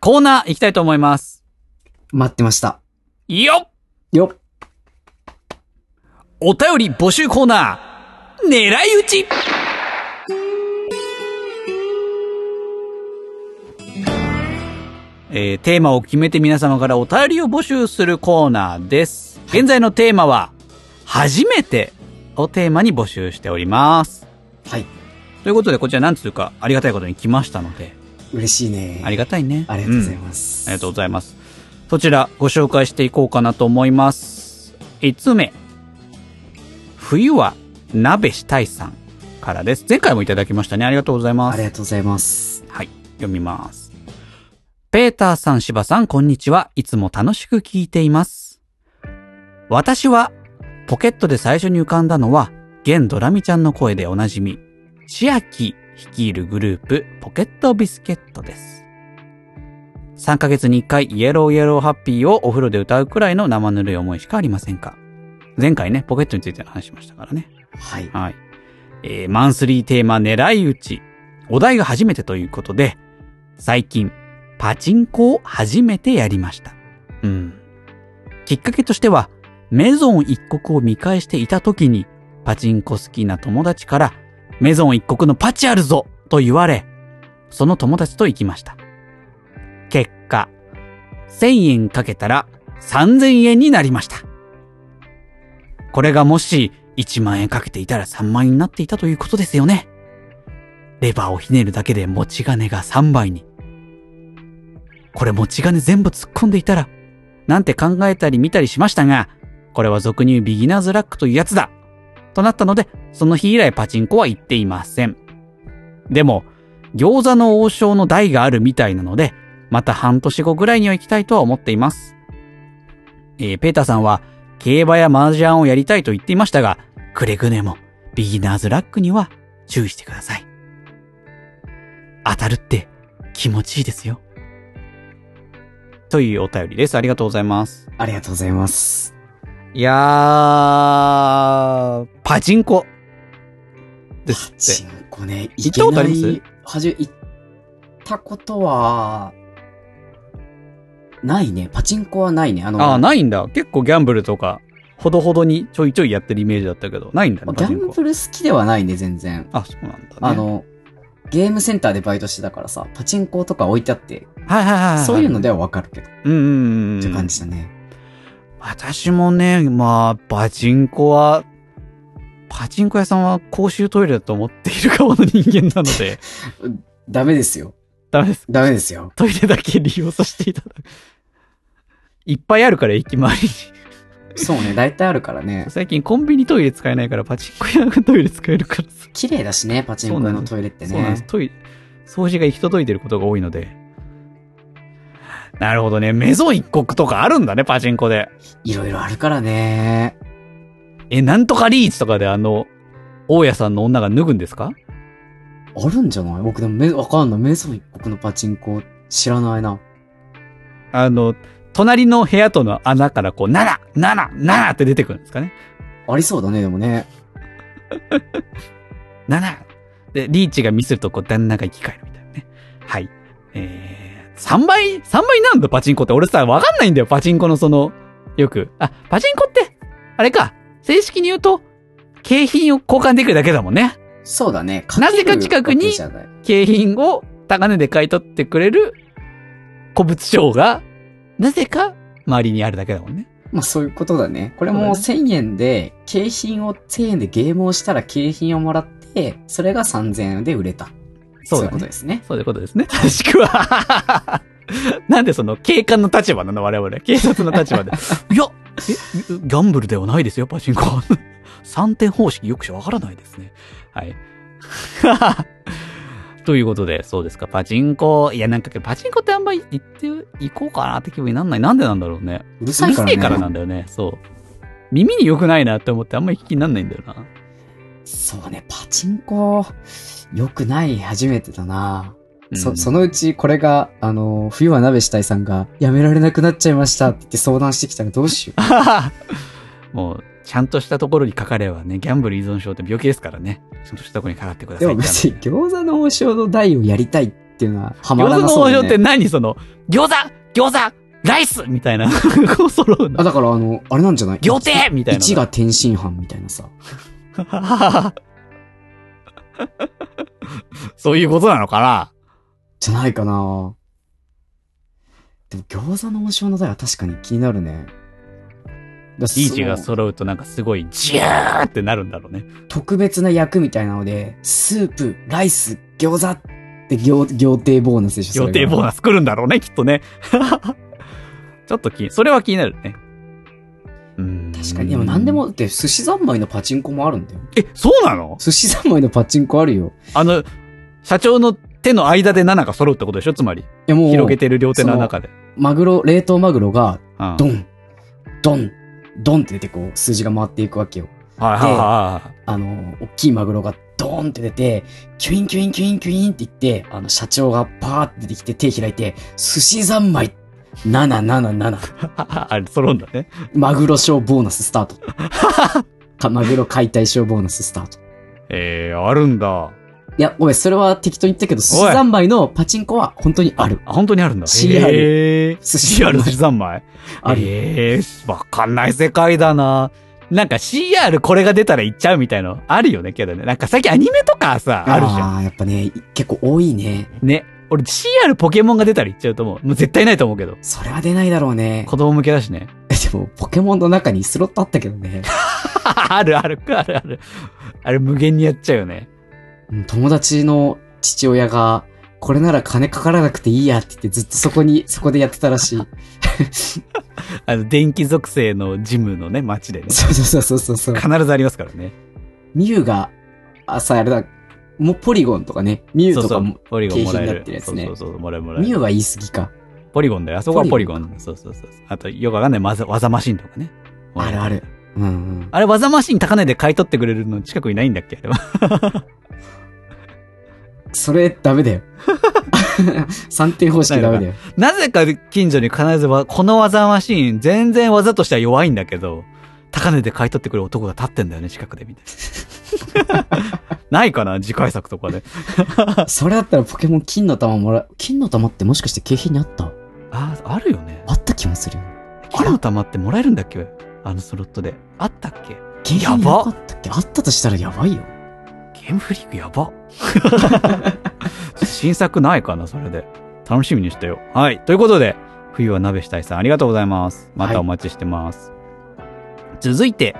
コーナー行きたいと思います。待ってました。よっよっ。お便り募集コーナー、狙い撃ちえーテーマを決めて皆様からお便りを募集するコーナーです。現在のテーマは、初めてをテーマに募集しております。はい。ということで、こちらなんつうかありがたいことに来ましたので、嬉しいね。ありがたいね。ありがとうございすます。ありがとうございます。そちらご紹介していこうかなと思います。5つ目。冬は鍋したいさんからです。前回もいただきましたね。ありがとうございまありす。がとうございます。はい。読みます。ペーターさん、芝さん、こんにちは。いつも楽しく聞いています。私は、ポケットで最初に浮かんだのは、現ドラミちゃんの声でおなじみ、千秋率いるグループ、ポケットビスケットです。3ヶ月に1回、イエローイエローハッピーをお風呂で歌うくらいの生ぬるい思いしかありませんか前回ね、ポケットについての話しましたからね。はい。はい。えーマンスリーテーマ狙い撃ち。お題が初めてということで、最近、パチンコを初めてやりました。うん。きっかけとしては、メゾン一国を見返していた時に、パチンコ好きな友達から、メゾン一国のパチあるぞと言われ、その友達と行きました。結果、1000円かけたら3000円になりました。これがもし1万円かけていたら3万円になっていたということですよね。レバーをひねるだけで持ち金が3倍に。これ持ち金全部突っ込んでいたら、なんて考えたり見たりしましたが、これは俗に言うビギナーズラックというやつだとなったので、その日以来パチンコは行っていません。でも、餃子の王将の台があるみたいなので、また半年後ぐらいには行きたいとは思っています。えーペーターさんは、競馬や麻雀をやりたいと言っていましたが、くれぐれもビギナーズラックには注意してください。当たるって気持ちいいですよ。というお便りです。ありがとうございます。ありがとうございます。いやー、パチンコ。ですパチっンコね、行行ったこけとありなますい。はじめ、行ったことは、ないね。パチンコはないね。あて。の、あー、ないんだ。結構ギャンブルとか、ほどほどにちょいちょいやってるイメージだったけど、ないんだね、ギパチンャンコブ。ル好きではないね、全然。あ、そうなんだね。あ、の、ゲームセンターでバイトしてたからさ、パチンコとか置いてあって、はいはいはいはい。そういうのではわかるけど、っうんうんうん。て感じだね。私もね、まあ、パチンコは、パチンコ屋さんは公衆トイレだと思っている側の人間なので、 <laughs> ダメですよ。ダメです。ダメですよ。トイレだけ利用させていただく。いっぱいあるから、駅周りそうね、大体あるからねに。。最近コンビニトイレ使えないから、パチンコ屋がトイレ使えるからさ。 <laughs> 綺麗だしね、パチンコ屋のトイレってそうなんです。ね。トイレ、掃除が行き届いてることが多いので。なるほどね。メゾン一国とかあるんだね、パチンコで。いろいろあるからね。え、なんとかリーチとかであの、大家さんの女が脱ぐんですかあるんじゃない僕でもめ、わかんない。メゾン一国のパチンコ知らないな。あの、隣の部屋との穴からこう、7、7、7って出てくるんですかね。ありそうだね、でもね。 7。で、リーチがミスるとこう、旦那が生き返るみたいなね。はい。えー、3倍、3倍なんだ、パチンコって。俺さ、わかんないんだよ、パチンコのその、よく。あ、パチンコって、あれか、正式に言うと、景品を交換できるだけだもんね。そうだね。なぜか近くにかけるわけじゃない景品を高値で買い取ってくれる古物商が、なぜか周りにあるだけだもんね。まあそういうことだね。これもそ1000円で、景品を1000円でゲームをしたら景品をもらって、それが3000円で売れた。そうだそういうねことですね。そういうことですね。 <laughs> 正しくは。なんでその警官の立場なの我々。警察の立場で。 <laughs> いや、え、ギ <laughs> ャンブルではないですよ、パチンコは。三点方式よくしわからないですね。はい。 <laughs> ということで、そうですか。パチンコ、いや、なんか、パチンコってあんまり行って、行こうかなって気分になんない。なんでなんだろうね。うるうるせえからなんだよね。そう。耳に良くないなって思って、あんまり聞きになんないんだよな。そうね、パチンコ、良くない、初めてだな。うんそそのうちこれが、あの、冬は鍋したいさんが、やめられなくなっちゃいましたって言って相談してきたらどうしよ <laughs> う。もう、ちゃんとしたところにかかればね、ギャンブル依存症って病気ですからね。ちゃんとしたところにかかってくださでい。も別に餃子の王将の台をやりたいっていうのはハマ餃ら子なのそ王うだ将よってね。何その、餃子餃子ライスみたいな。 <laughs> こう揃うあ、の。だからあの、あれなんじゃない餃亭みたいな。一が天津飯みたいなさ。 <laughs> そういうことなのかなじゃないかなでも餃子の王将の台は確かに気になるね。だリーチがその揃うとなんかすごいジャーってなるんだろうね。特別な役みたいなので、スープ、ライス、餃子って行、行程ボーナスでしょ予定ボーナナス来るんだろうね、きっとね。 <laughs> ちょっと気、それは気になるね。うん確かに、でも何で。も、だって寿司三昧のパチンコもあるんだよ。え、そうなの寿司三昧のパチンコあるよ。あの、社長の手の間で7が揃うってことでしょつまり、いやもう、広げてる両手の中で。マグロ、冷凍マグロが、うんドン、ドン、ドンって出てこう、数字が回っていくわけよ。はいはいはいあの、大きいマグロがドーンって出て、キュインキュインキュインキュインって言って、あの、社長がパーって出てきて手開いて、寿司三昧、777、はい。 <laughs> あれ、揃うんだね。マグロ賞ボーナスス <laughs> タート。かマグロ解体賞ボーナススタート。えー、あるんだ。いや、ごめん、それは適当に言ったけど、寿司三昧のパチンコは本当にある。あ、本当にあるんだ。 CR へー寿司 CR 寿司三昧。ある。えー、わかんない世界だな。なんか CR これが出たら行っちゃうみたいのあるよね、けどね。なんか最近アニメとかさ、あるじゃん。あーやっぱね、結構多いね。ね。俺 CR ポケモンが出たら行っちゃうと思う。もう絶対ないと思うけど。それは出ないだろうね。子供向けだしね。 <laughs> <laughs> でも、ポケモンの中にスロットあったけどね。あるある、あるある。あれ無限にやっちゃうよね。うん友達の父親が、これなら金かからなくていいやって言ってずっとそ <laughs> こに、そこでやってたらしい。あの、電気属性のジムのね、街でね。そうそうそうそうそう。必ずありますからね。ミュウが、あ、さ、あれだ、もうポリゴンとかね、ミュウそうとそかうも、、ポリゴンもらえ景品になるってる。やそうつねそうそう、もらえるもらえミュるウ。は言い過ぎか。ポリゴンだよ。あそこはポポリリゴゴン。ンそうそうそうそう。あと、よくわかんない技技マシンとかね。あるある。うんうん。あれ、技マシン高値で買い取ってくれるの近くにないんだっけあれはそれ、ダメだよ。3点方式ダメだよ。 <laughs> なぜか近所に必ずわ、この技マシン、全然技としては弱いんだけど、高値で買い取ってくる男が立ってんだよね、近くで、みたい <laughs> な。ないかな次回作とかで。それだったらポケモン金の玉もら、金の玉ってもしかして景品にあったあ、あるよね。あった気もするよ。金の玉ってもらえるんだっけあのスロットで。あったっけ景品になかったっけあったとしたらやばいよ。ゲームフリークやば。新作ないかな、それで。楽しみにしてよ。はい。ということで、冬は鍋したいさん、ありがとうございます。またお待ちしてます。続いて、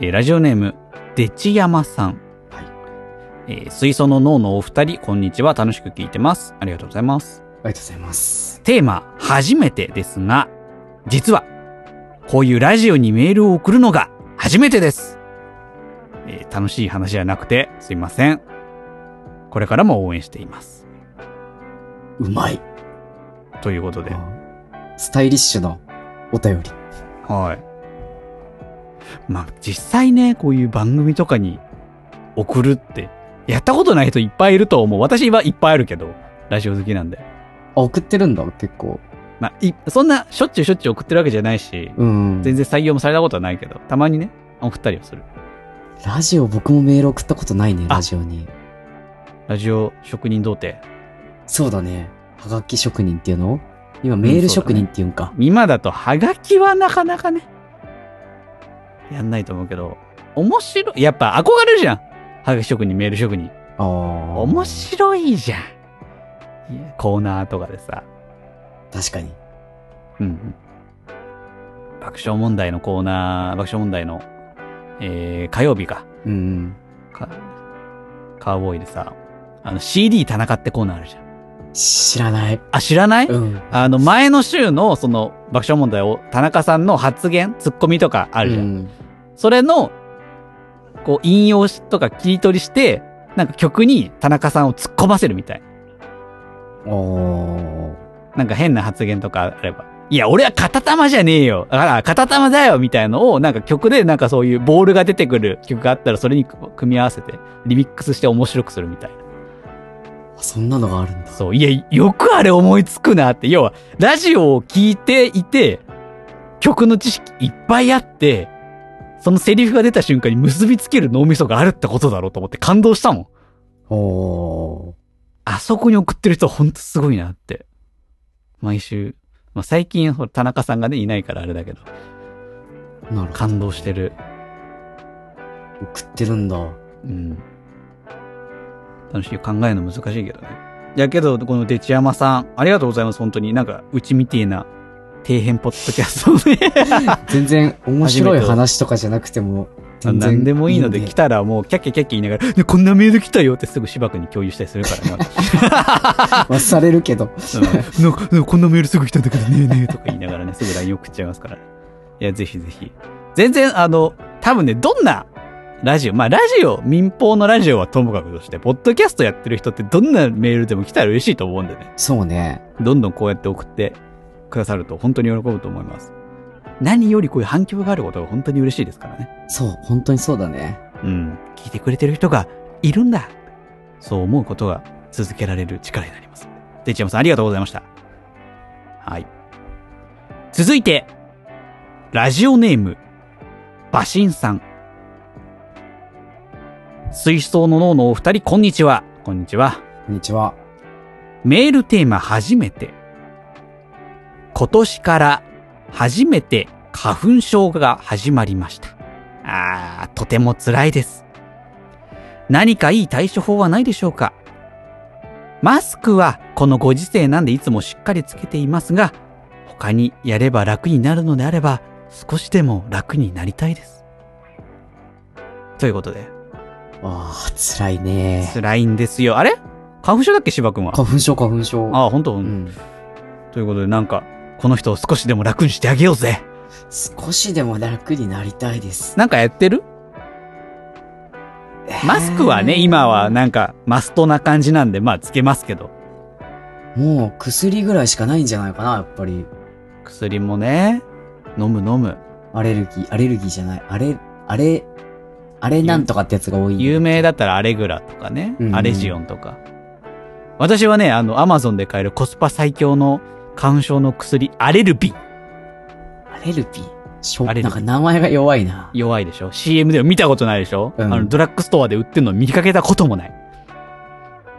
えーラジオネーム、でちやまさん。はいえー水素の脳のお二人、こんにちは。楽しく聞いてます。ありがとうございます。ありがとうございます。テーマ、初めてですが、実は、こういうラジオにメールを送るのが初めてです。えー楽しい話じゃなくて、すいません。これからも応援しています。うまい。ということで、スタイリッシュなお便り。はい。まあ、実際ね、こういう番組とかに送るって、やったことない人いっぱいいると思う。私はいっぱいあるけど、ラジオ好きなんで。あ、送ってるんだ、結構。まあ、いそんな、しょっちゅうしょっちゅう送ってるわけじゃないし、うん。全然採用もされたことはないけど、たまにね、送ったりはする。ラジオ僕もメール送ったことないね、あラジオに。ラジオ職人童貞。そうだね。はがき職人っていうの今メール職人っていうんか。今だとハガキはなかなかね、やんないと思うけど、面白い。やっぱ憧れるじゃん。ハガキ職人、メール職人。ああ。面白いじゃん。いやコーナーとかでさ。確かに。うんうん。爆笑問題のコーナー、爆笑問題の、えー、火曜日か。うんうん。かカーボーイでさ、あの CD 田中ってコーナーあるじゃん。知らない。あ、知らないうん。あの、前の週の、その、爆笑問題を、田中さんの発言、ツッコミとかああるじゃん。それの、こう引用しとか切り取りして、なんか曲に田中さんを突っ込ませるみたい。おー。なんか変な発言とかあれば。いや、俺は片玉じゃねえよ。あら、片玉だよみたいのを、なんか曲でなんかそういうボールが出てくる曲があったら、それに組み合わせて、リミックスして面白くするみたいな。そんなのがあるんだ。そう。いや、よくあれ思いつくなって。要は、ラジオを聞いていて、曲の知識いっぱいあって、そのセリフが出た瞬間に結びつける脳みそがあるってことだろうと思って感動したもん。おー。あそこに送ってる人はほんとすごいなって。毎週。まあ、最近、ほら田中さんがね、いないからあれだけど、なるほ感動してる。ど。送ってるんだ。うん。楽しい考えるの難しいけどね。いやけど、このデチヤマさん、ありがとうございます、本当に。なんか、うちみてえな、底辺ポッドキャストで、 <laughs> 全然面白い話とかじゃなくても、全然何でもいいので来たらもう、キャッキャキャッキャ言いながら、ね、こんなメール来たよってすぐ芝君に共有したりするからね、忘されるけど。私なんかなんかこんなメールすぐ来たんだけど、ねえねえとか言いながら <laughs> ね、すぐ LINE 送っちゃいますから。いや、ぜひぜひ。全然、あの、多分ね、どんなラジオ、まあ、ラジオ、民放のラジオはともかくとして、ポッドキャストやってる人ってどんなメールでも来たら嬉しいと思うんでね。そうね。どんどんこうやって送ってくださると本当に喜ぶと思います。何よりこういう反響があることが本当に嬉しいですからね。そう、本当にそうだね。うん。聞いてくれてる人がいるんだ。そう思うことが続けられる力になります。で、ちやまさんありがとうございました。はい。続いて、ラジオネーム、バシンさん。水槽の脳のお二人、こんにちは。こんにちは。こんにちは。メールテーマ初めて。今年から初めて花粉症が始まりました。あー、とても辛いです。何かいい対処法はないでしょうかマスクはこのご時世なんでいつもしっかりつけていますが、他にやれば楽になるのであれば、少しでも楽になりたいです。ということで、ああ、辛いね。辛いんですよ。あれ花粉症だっけ芝君は。花粉症、花粉症。あー、ほんと、うん。ということで、なんか、この人を少しでも楽にしてあげようぜ。少しでも楽になりたいです。なんかやってるマスクはね、今はなんか、マストな感じなんで、まあ、つけますけど。もう薬ぐらいしかないんじゃないかな、やっぱり。薬もね、飲む飲む。アレルギー、アレルギーじゃない。あれ、あれ、あれなんとかってやつが多い。有名だったらアレグラとかねう、んアレジオンとか。私はね、あの、アマゾンで買えるコスパ最強の花粉症の薬、アレルビ。アレルピーしょアなレルんピーか名前が弱いな。弱いでしょ ?CM では見たことないでしょ、うんあの、ドラッグストアで売ってるの見かけたこともない。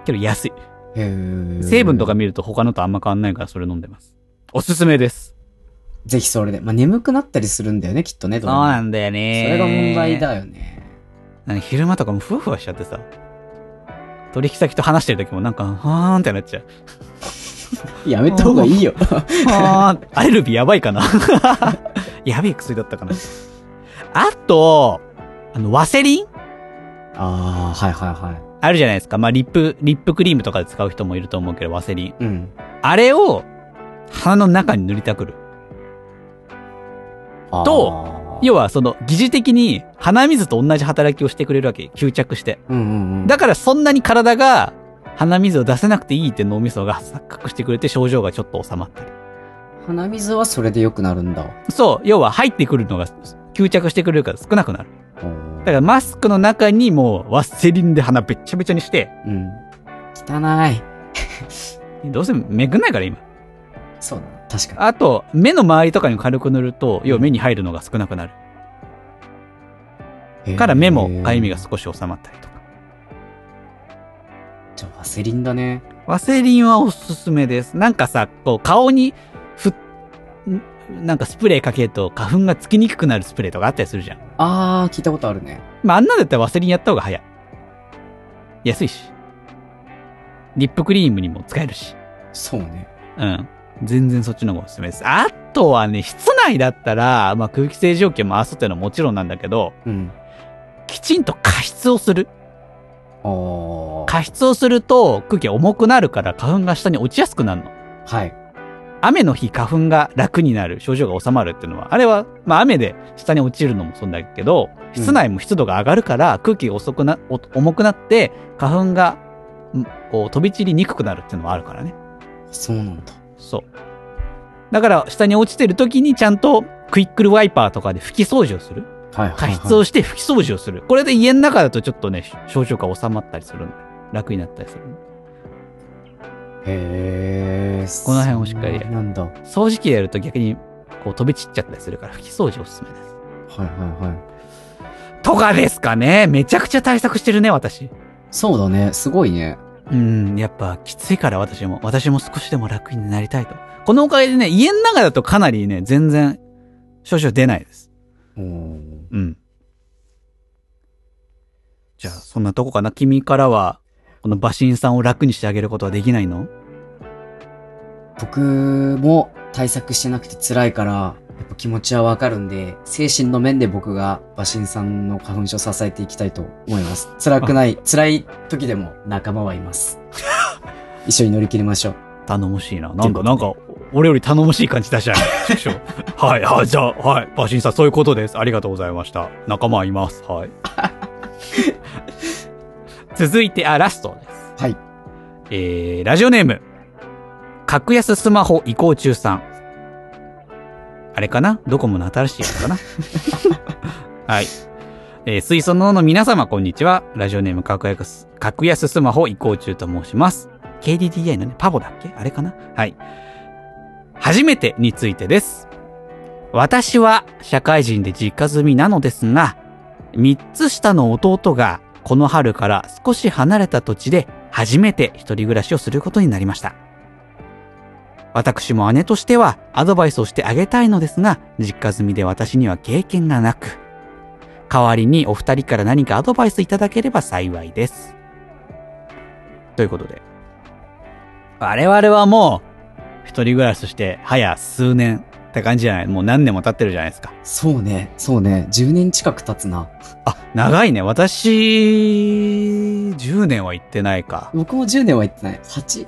けど安い。成成分とか見ると他のとあんま変わんないからそれ飲んでます。おすすめです。ぜひそれで。まあ、眠くなったりするんだよね、きっとね。そどうもなんだよね。それが問題。だよね。昼間とかもふわふわしちゃってさ。取引先と話してる時もなんか、はーんってなっちゃう。やめた方がい <laughs> いよ。はーん。アレルビーやばいかな <laughs> やべえ薬だったかな。あと、あの、ワセリンああ、はいはいはあるじゃないですか。まあ、リップ、リップクリームとかで使う人もいると思うけど、ワセリン。い。うん。あれを、鼻の中に塗りたくる。あーと、要は、その、疑似的に、鼻水と同じ働きをしてくれるわけ。吸着して。うんうんうん。だからそんなに体が鼻水を出せなくていいって脳みそが錯覚してくれて症状がちょっと収まったり。鼻水はそれで良くなるんだ。そう、要は入ってくるのが吸着してくれるから少なくなる。おーだからマスクの中にもうワセリンで鼻べっちゃべちゃにして、うん。汚い。どうせめくんないから今。そうだな。確かに。あと、目の周りとかに軽く塗ると、要は目に入るのが少なくなる。へーから目もかゆみが。少し収まったりとか。じゃあ、ワセリンだね。ワセリンはおすすめです。なんかさ、こう顔にふっ、んなんかスプレーかけると花粉がつきにくくなるスプレーとかあったりするじゃん。あー、聞いたことあるね。まあ、あんなだったらワセリンやった方が早い。安いし。リップクリームにも使えるし。そうね。うん。全然そっちの方がおすすめです。あとはね、室内だったら、まあ、空気清浄機を回すっていうのはもちろんなんだけど、うん。きちんと加湿をする。おー。加湿をすると空気が重くなるから花粉が下に落ちやすくなるの。はい。雨の日花粉が楽になる、症状が収まるっていうのは、あれは、まあ雨で下に落ちるのもそうだけど、うん室内も湿度が上がるから、空気が遅くな、お重くなって、花粉が、んこう飛び散りにくくなるっていうのもあるからね。そうなんだ。そう。だから、下に落ちてる時にちゃんと、クイックルワイパーとかで拭き掃除をする。はいはい、はい。加湿をして拭き掃除をする。これで家の中だとちょっとね、症状が収まったりするんで、楽になったりするんで。へーこの辺をしっかりやるそんななんだ。はい掃除機でやると逆にこう飛び散っちゃったりするから拭き掃除おすすめです。はいはい。とかですかね。めちゃくちゃ対策してるね、私。そうだね。すごいね。うん、やっぱきついから私も。私も少しでも楽になりたいと。このおかげでね、家の中だとかなりね、全然症状出ないです。おーうん。じゃあ、そんなとこかな。君からは、この馬神さんを楽にしてあげることはできないの僕も対策してなくて辛いから、やっぱ気持ちはわかるんで、精神の面で僕が馬神さんの花粉症を支えていきたいと思います。辛くない、辛い時でも仲間はいます。 <laughs> 一緒に乗り切りましょう。頼もしいな。なんか、なんか、俺より頼もしい感じ出し <laughs> ちゃう。畜生はい、はい、じゃあ、はい。バシンさん、そういうことです。ありがとうございました。仲間います。 <laughs> はい。続いて、あ、ラストです。はい。えー、ラジオネーム。格安スマホ移行中さん。あれかなドコモの新しいやつか <laughs> なはい。えー、水素のの皆様、こんにちは。ラジオネーム格安、格安スマホ移行中と申します。KDDI のね、パボだっけあれかなはい。初めてについてです。私は社会人で実家住みなのですが、3つ下の弟がこの春から少し離れた土地で初めて一人暮らしをすることになりました。私も姉としてはアドバイスをしてあげたいのですが、実家住みで私には経験がなく、代わりにお二人から何かアドバイスいただければ幸いです。ということで、我々はもう、一人暮らしとして、早数年って感じじゃないもう何年も経ってるじゃないですか。そうね、そうね、10年近く経つな。あ、長いね。私、10年は行ってないか。僕も10年は行ってない。8、8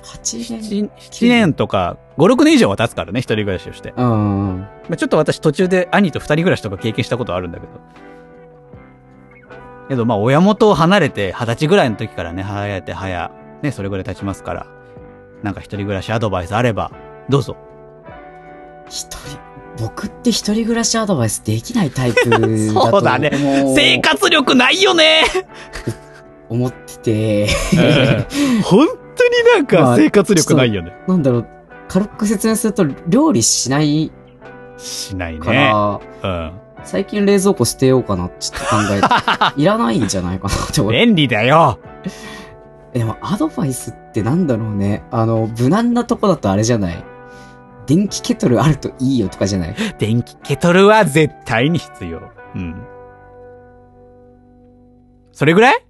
年7年とか、5、6年以上は経つからね、一人暮らしをして。うんうん。まあ、ちょっと私途中で兄と二人暮らしとか経験したことあるんだけど。けどまあ親元を離れて二十歳ぐらいの時からね、離れて早、ね、それぐらい経ちますから。なんか一人暮らしアドバイスあれば、どうぞ。一人、僕って一人暮らしアドバイスできないタイプだと <laughs> そうだね思う生活力ないよね思ってて、本当になんまかあ生活力ないよね。なんだろう、軽く説明すると料理しないしないかね。ら、うん。最近冷蔵庫捨てようかなってちょっと考え <laughs> て、いらないんじゃないかなって思って。便利だよ。でもアドバイスってなんだろうね。あの、無難なとこだとあれじゃない。電気ケトルあるといいよとかじゃない。電気ケトルは絶対に必要。うん。それぐらい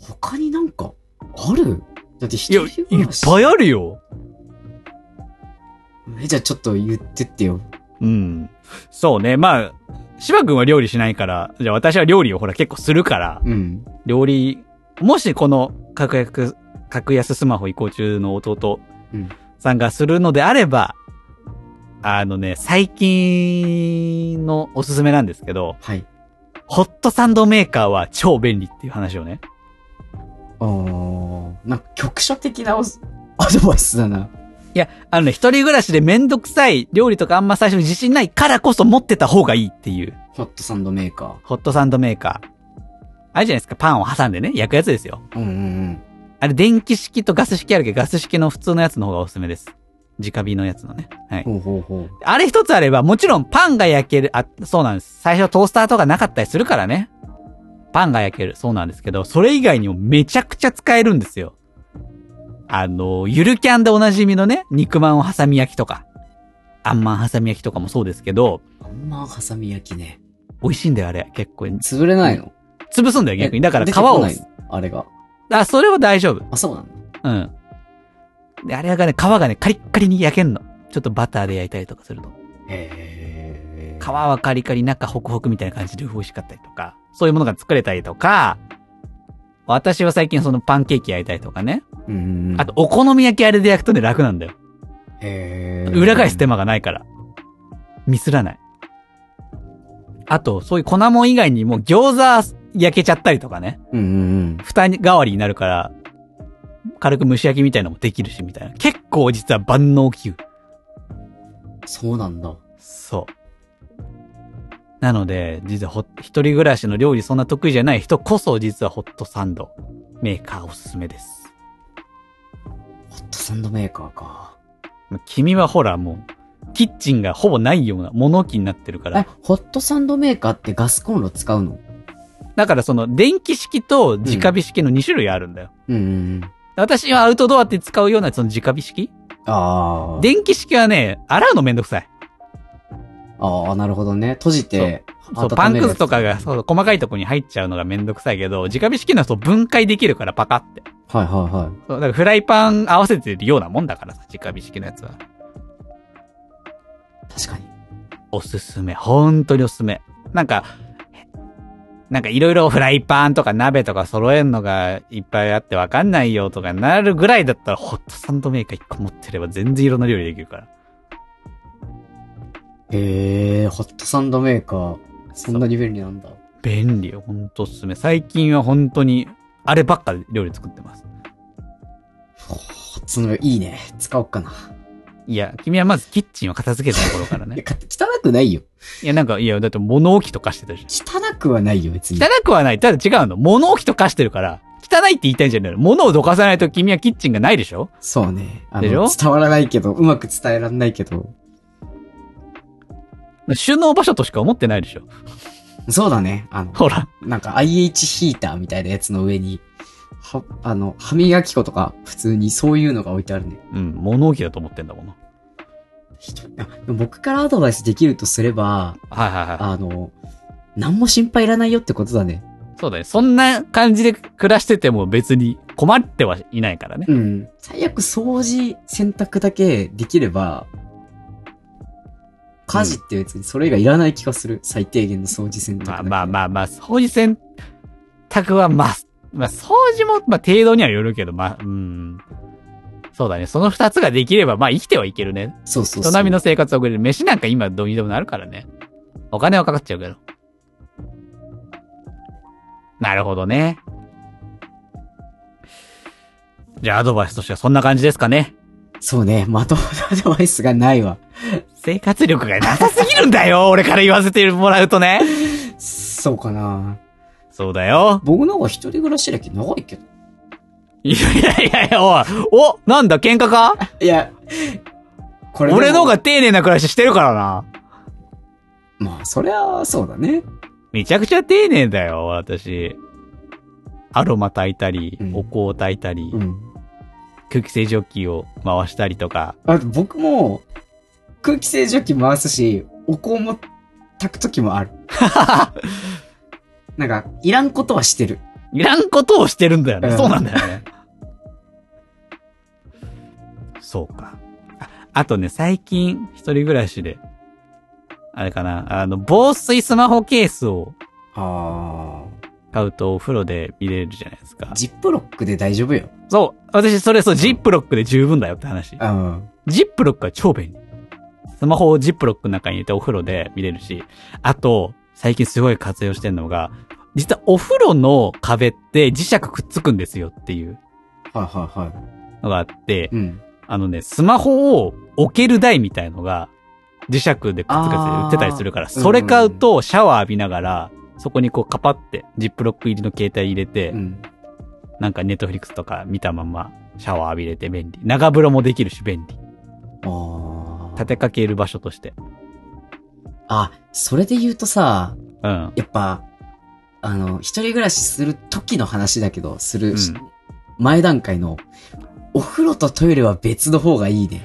他になんか、あるだっていや、一い人暮っらし。ぱいあるよ。えじゃあちょっと言ってってよ。うん。そうね。まあ、芝君は料理しないから、じゃあ私は料理をほら結構するから、うん。料理、もしこの格安、格安スマホ移行中の弟うんさんがするのであれば、あのね、最近のおすすめなんですけど、はい。ホットサンドメーカーは超便利っていう話をね。あー、なんか局所的なお <laughs> アドバイスだな。いや、あのね、一人暮らしでめんどくさい料理とかあんま最初に自信ないからこそ持ってた方がいいっていう。ホットサンドメーカホットサンドメーカー。あれじゃないですか、パンを挟んでね、焼くやつですよ。ー。うんうんあれ、電気式とガス式あるけど、ガス式の普通のやつの方がおすすめです。直火のやつのね。はいうん。。ほうほうほう。あれ一つあれば、もちろんパンが焼ける、あ、そうなんです。最初はトースターとかなかったりするからね。パンが焼ける、そうなんですけど、それ以外にもめちゃくちゃ使えるんですよ。あの、ゆるキャンでおなじみのね、肉まんを挟み焼きとか、あんまん挟み焼きとかもそうですけど、あんまハサミ焼きね。美味しいんだよ、あれ。結構。潰れないの潰すんだよ、逆に。だからえ出皮てこをない。のあれが。あ、それは大丈夫。あ、そうなんだ。うん。で、あれがね、皮がね、カリッカリに焼けんの。ちょっとバターで焼いたりとかすると。へ皮はカリカリ、中ホクホクみたいな感じで美味しかったりとか、そういうものが作れたりとか、私は最近そのパンケーキ焼いたりとかね。うんうんうん。あと、お好み焼きあれで焼くとね、楽なんだよ。えー。裏返す手間がないから。ミスらない。あと、そういう粉もん以外にも餃子焼けちゃったりとかね。うんうん蓋代わりになるから、軽く蒸し焼きみたいのもできるし、みたいな。結構実は万能級。うん。そうなんだ。そう。なので、実はほ、一人暮らしの料理そんな得意じゃない人こそ、実はホットサンド、メーカーおすすめです。ホットサンドメーカーか。ま君はほら、もう、キッチンがほぼないような物置になってるからえ。、ホットサンドメーカーってガスコンロ使うのだからその、電気式と直火式の2種類あるんだよ。うんうん。私はアウトドアって使うような、その直火式ああ。、電気式はね、洗うのめんどくさい。ああ、なるほどね。閉じて、そう、温めるパンくずとかが、そう、細かいとこに入っちゃうのがめんどくさいけど、直火式のはそう分解できるからパカって。はいはいはい。そう、だからフライパン合わせてるようなもんだからさ、直火式のやつは。確かに。おすすめ。本当におすすめ。なんか、なんかいろいろフライパンとか鍋とか揃えるのがいっぱいあってわかんないよとかなるぐらいだったらホットサンドメーカー1個持ってれば全然いろんな料理できるから。へえー、ホットサンドメーカー。そんなに便利なんだ。便利よ。ほんとおすすめ。最近は本当にあればっかで料理作ってます。ホットサンドメーカーいいね。使おうかな。いや、君はまずキッチンを片付けたところからいや、ね。か汚くないよ。いや、なんか、いや、だって物置とかしてたじゃん。汚くはないよ、別に。汚くはない。ただ違うの。物置と化してるから、汚いって言いたいんじゃないの。物をどかさないと君はキッチンがないでしょそうね。あでしょの、伝わらないけど、うまく伝えらんないけど。収納場所としか思ってないでしょそうだね。あの、ほら。なんか IH ヒーターみたいなやつの上に、は、あの、歯磨き粉とか、普通にそういうのが置いてあるね。うん、物置だと思ってんだもの。人あでも僕からアドバイスできるとすれば、はいはいはあの、何も心配いらないよってことだね。い。そうだね。そんな感じで暮らしてても別に困ってはいないからね。うん。最悪掃除、洗濯だけできれば、家事って別にそれ以外いらない気がする。最低限の掃除洗濯だまあけ。まあまあまあ、掃除洗濯はまあ、まあ掃除も、まあ程度にはよるけど、まあ、うん。そうだね。その二つができれば、まあ生きてはいけるね。そうそう人そう。並みの生活を送れる。飯なんか今どうにでもなるからね。お金はかかっちゃうけど。なるほどね。じゃあアドバイスとしてはそんな感じですかね。そうね。まともなアドバイスがないわ。生活力がなさすぎるんだよ <laughs> 俺から言わせてもらうとね。そうかな。そうだよ。僕の方が一人暮らし歴長いけど。いやいやいや、おい。おなんだ喧嘩かいや、これでも俺の方が。丁寧な暮らししてるからな。まあ、そりゃ、そうだね。めちゃくちゃ丁寧だよ、私。アロマ炊いたりう、んお香を炊いたり。うん。空気清浄機を回したりとか、あと僕も、空気清浄機回すし、お香も炊くときもある。なんか、いらんことはしてる。 <laughs> いらんことをしてるんだよね。うんそうなんだよね。 <laughs> そうか。ああとね、最近、一人暮らしで、あれかな、あの、防水スマホケースをあ買うとお風呂で見れるじゃないですかあ。。ジップロックで大丈夫よ。そう。私、それそう、ジップロックで十分だよって話。うん。ジップロックは超便利。スマホをジップロックの中に入れてお風呂で見れるし、あと、最近すごい活用してるのが、実はお風呂の壁って磁石くっつくんですよっていうはいはいはい。のがあって、うん。あのね、スマホを置ける台みたいのが磁石でくっつくやつで売ってたりするから、あーそれ買うとシャワー浴びながら、そこにこうカパってジップロック入りの携帯入れて、うん。なんかネットフリックスとか見たままシャワー浴びれて便利。長風呂もできるし便利。あ立あ。てかける場所として。あ、それで言うとさ、うん。やっぱ、あの、一人暮らしする時の話だけど、する、うん前段階の、お風呂とトイレは別の方がいいね。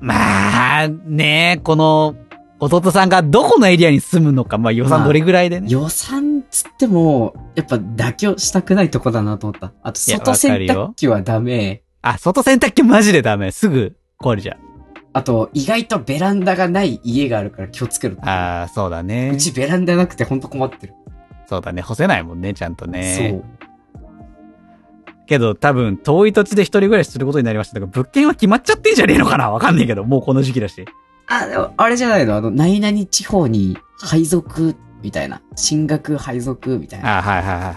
まあ、ねこの、弟さんがどこのエリアに住むのか、まあ予算どれぐらいでね。予算つっても、やっぱ妥協したくないとこだなと思った。あと、いや外洗濯機はダメ。あ、外洗濯機マジでダメ。すぐ壊れちゃう。あと、意外とベランダがない家があるから気をつけろ。ああ、そうだねう。ちベランダなくてほんと困ってる。そうだね。干せないもんね、ちゃんとね。そう。けど多分遠い土地で一人暮らしすることになりましたとか、物件は決まっちゃってんじゃねえのかなわかんねえけど、もうこの時期だし。あ、でもあれじゃないのあの、何々地方に配属みたいな。進学配属みたいあな。あはいはいはいはい。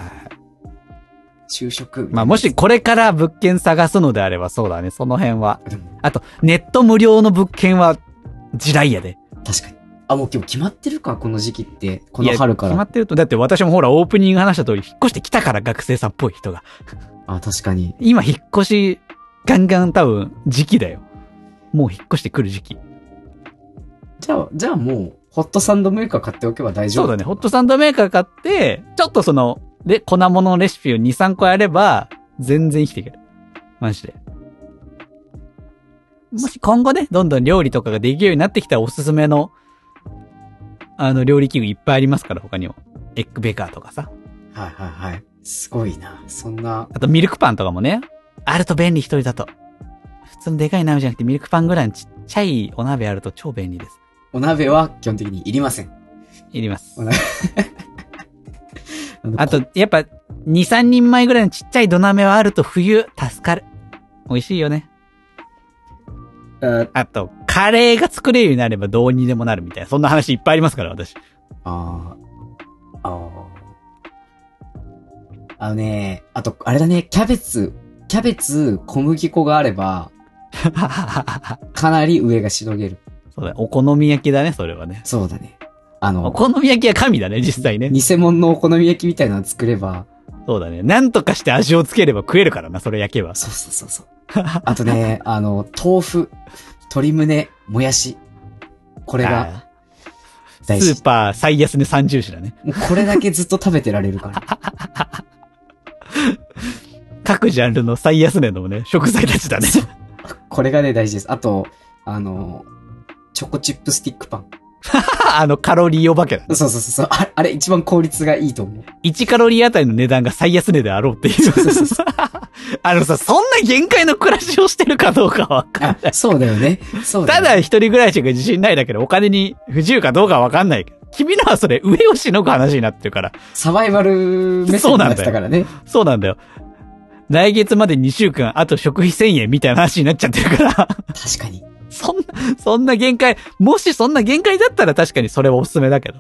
就職みたいなまあもし、これから物件探すのであればそうだね、その辺は。でもあと、ネット無料の物件は地雷やで。確かに。あ、もう今日決まってるか、この時期って。こいのや春か決まら。ってると、だって私もほらオープニング話した通り、引っ越してきたから学生さんっぽい人が。あ、確かに。今引っ越し、ガンガン多分時期だよ。もう引っ越してくる時期。じゃあ、じゃあもう、ホットサンドメーカー買っておけば大丈夫。そうだね。ホットサンドメーカー買って、ちょっとその、で、粉物のレシピを2、3個やれば、全然生きていける。マジで。もし今後ね、どんどん料理とかができるようになってきたらおすすめの、あの、料理器具いっぱいありますから、他にも。エッグベーカーとかさ。はいはいはい。すごいな。そんな、あとミルクパンとかもね。あると便利一人だと。普通のでかい鍋じゃなくてミルクパンぐらいのちっちゃいお鍋あると超便利です。お鍋は基本的にいりません。いります。あのあと、やっぱ、2、3人前ぐらいのちっちゃい土鍋はあると冬、助かる。美味しいよね。ああと、カレーが作れるようになればどうにでもなるみたいな。そんな話いっぱいありますから、私。 <laughs> あー、あーあのね、あと、あれだね、キャベツ、キャベツ、小麦粉があれば、かなり上がしのげる。そうだ、お好み焼きだね、それはね。そうだね。あおの、好み焼きは神だね、実際ね。偽物のお好み焼きみたいなの作れば、そうだね。なんとかして味をつければ食えるからな、それ焼けば。そうそうそうそう。 <laughs> あとね、あの、豆腐、鶏胸、もやし。これが、あー大ス事ーパー最安値三重視だね。もうこれだけずっと食べてられ <laughs> るから。各ジャンルの最安値のね、食材たちだね。これがね、大事です。あと、あの、チョコチップスティックパン。あの、カロリーお化けだ。そうそうそうそう。ああれ、一番効率がいいと思う。 1カロリーあたりの値段が最安値であろうっていうそうそうそ。 <laughs> あのさ、そんな限界の暮らしをしてるかどうかはわかんあ、そうだよね。そうだたよね。だ一人暮らしが自信ないだけでお金に不自由かどうかはわかんないけど。君のはそれ上をしのぐ話になってるから。サバイバル目線になってたからね。そうなんだよ。来月まで2週間、あと食費1000円みたいな話になっちゃってるから。確かに。そんな、そんな限界、もしそんな限界だったら確かにそれはおすすめだけど。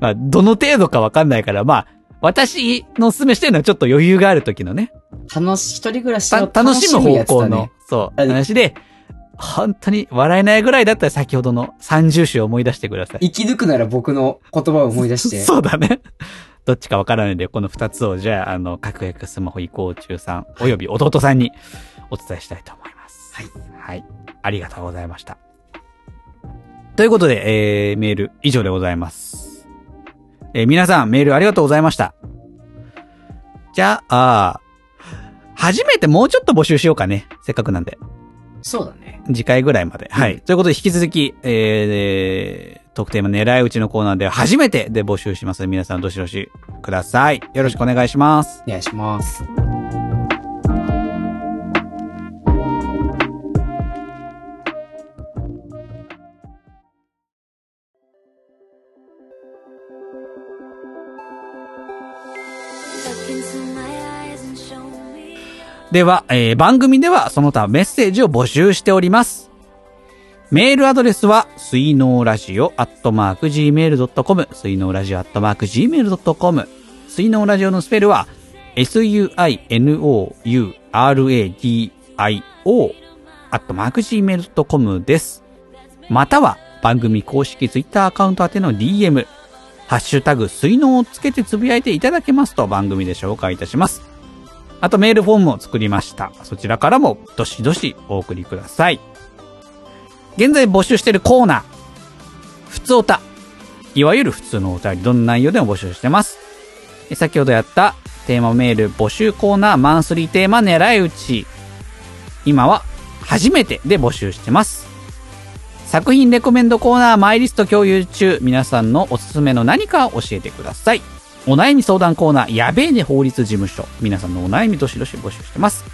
まあ、どの程度かわかんないから、まあ、私のおすすめしてるのはちょっと余裕がある時のね、楽し、一人暮らしたの楽しむ方向の、楽しむやつだねそう、あれ話で、本当に笑えないぐらいだったら先ほどの三重種を思い出してください。生き抜くなら僕の言葉を思い出して。 <laughs> そうだね。どっちかわからないんで、この二つを、じゃあ、あの、各役スマホ移行中さん、および弟さんにお伝えしたいと思います。はい。はい。ありがとうございました。ということで、えー、メール以上でございます。えー、皆さん、メールありがとうございました。じゃあ、あー初めてもうちょっと募集しようかね。せっかくなんで。そうだね。次回ぐらいまで。はい。ということで、引き続き、えー、特定の狙い撃ちのコーナーでは初めてで募集しますので、皆さんどしどしください。よろしくお願いします。お願いします。 Look into my eyes and show me. では、えー、番組ではその他メッセージを募集しております。メールアドレスは、水のラジオアットマーク Gmail.com、水のラジオアットマーク Gmail.com、水のラジオのスペルは、suinouradio アットマーク Gmail.com です。または、番組公式ツイッターアカウント宛ての DM、ハッシュタグ水のをつけてつぶやいていただけますと番組で紹介いたします。あとメールフォームを作りました。そちらからもどしどしお送りください。現在募集しているコーナー、普通おた。いわゆる普通のお便り、どんな内容でも募集してます。え先ほどやったテーマメール募集コーナーマンスリーテーマ狙い撃ち。今は初めてで募集してます。作品レコメンドコーナーマイリスト共有中、皆さんのおすすめの何かを教えてください。お悩み相談コーナー、やべえね法律事務所。皆さんのお悩みどしどし募集してます。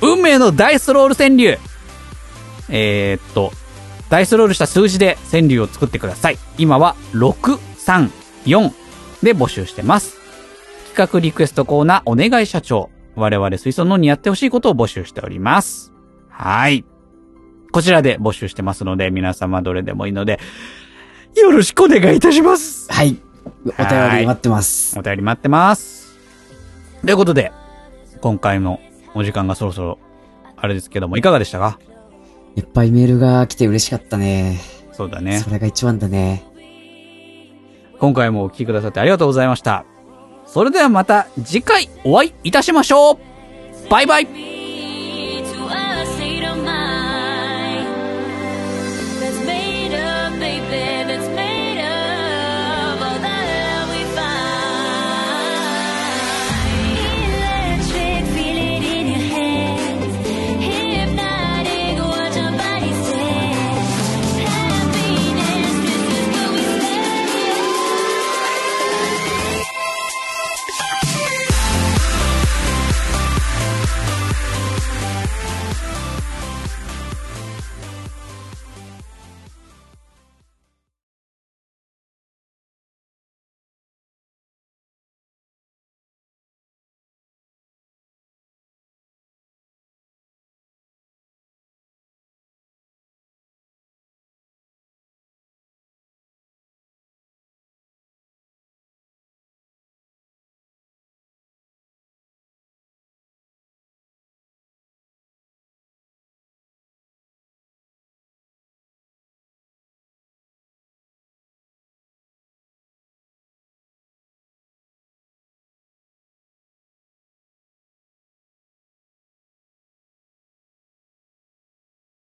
運命のダイスロール川柳えーっと、ダイスロールした数字で川柳を作ってください。今は6、3、4で募集してます。企画リクエストコーナー、お願い社長。我々水槽のにやってほしいことを募集しております。はい。こちらで募集してますので、皆様どれでもいいので、よろしくお願いいたします。はい。お便り待ってます。お便り待ってます。ということで、今回のお時間がそろそろ、あれですけども、いかがでしたかいっぱいメールが来て嬉しかったね。そうだねそ。れが一番だね。今回もお聞きくださってありがとうございました。それではまた次回お会いいたしましょうバイバイ Me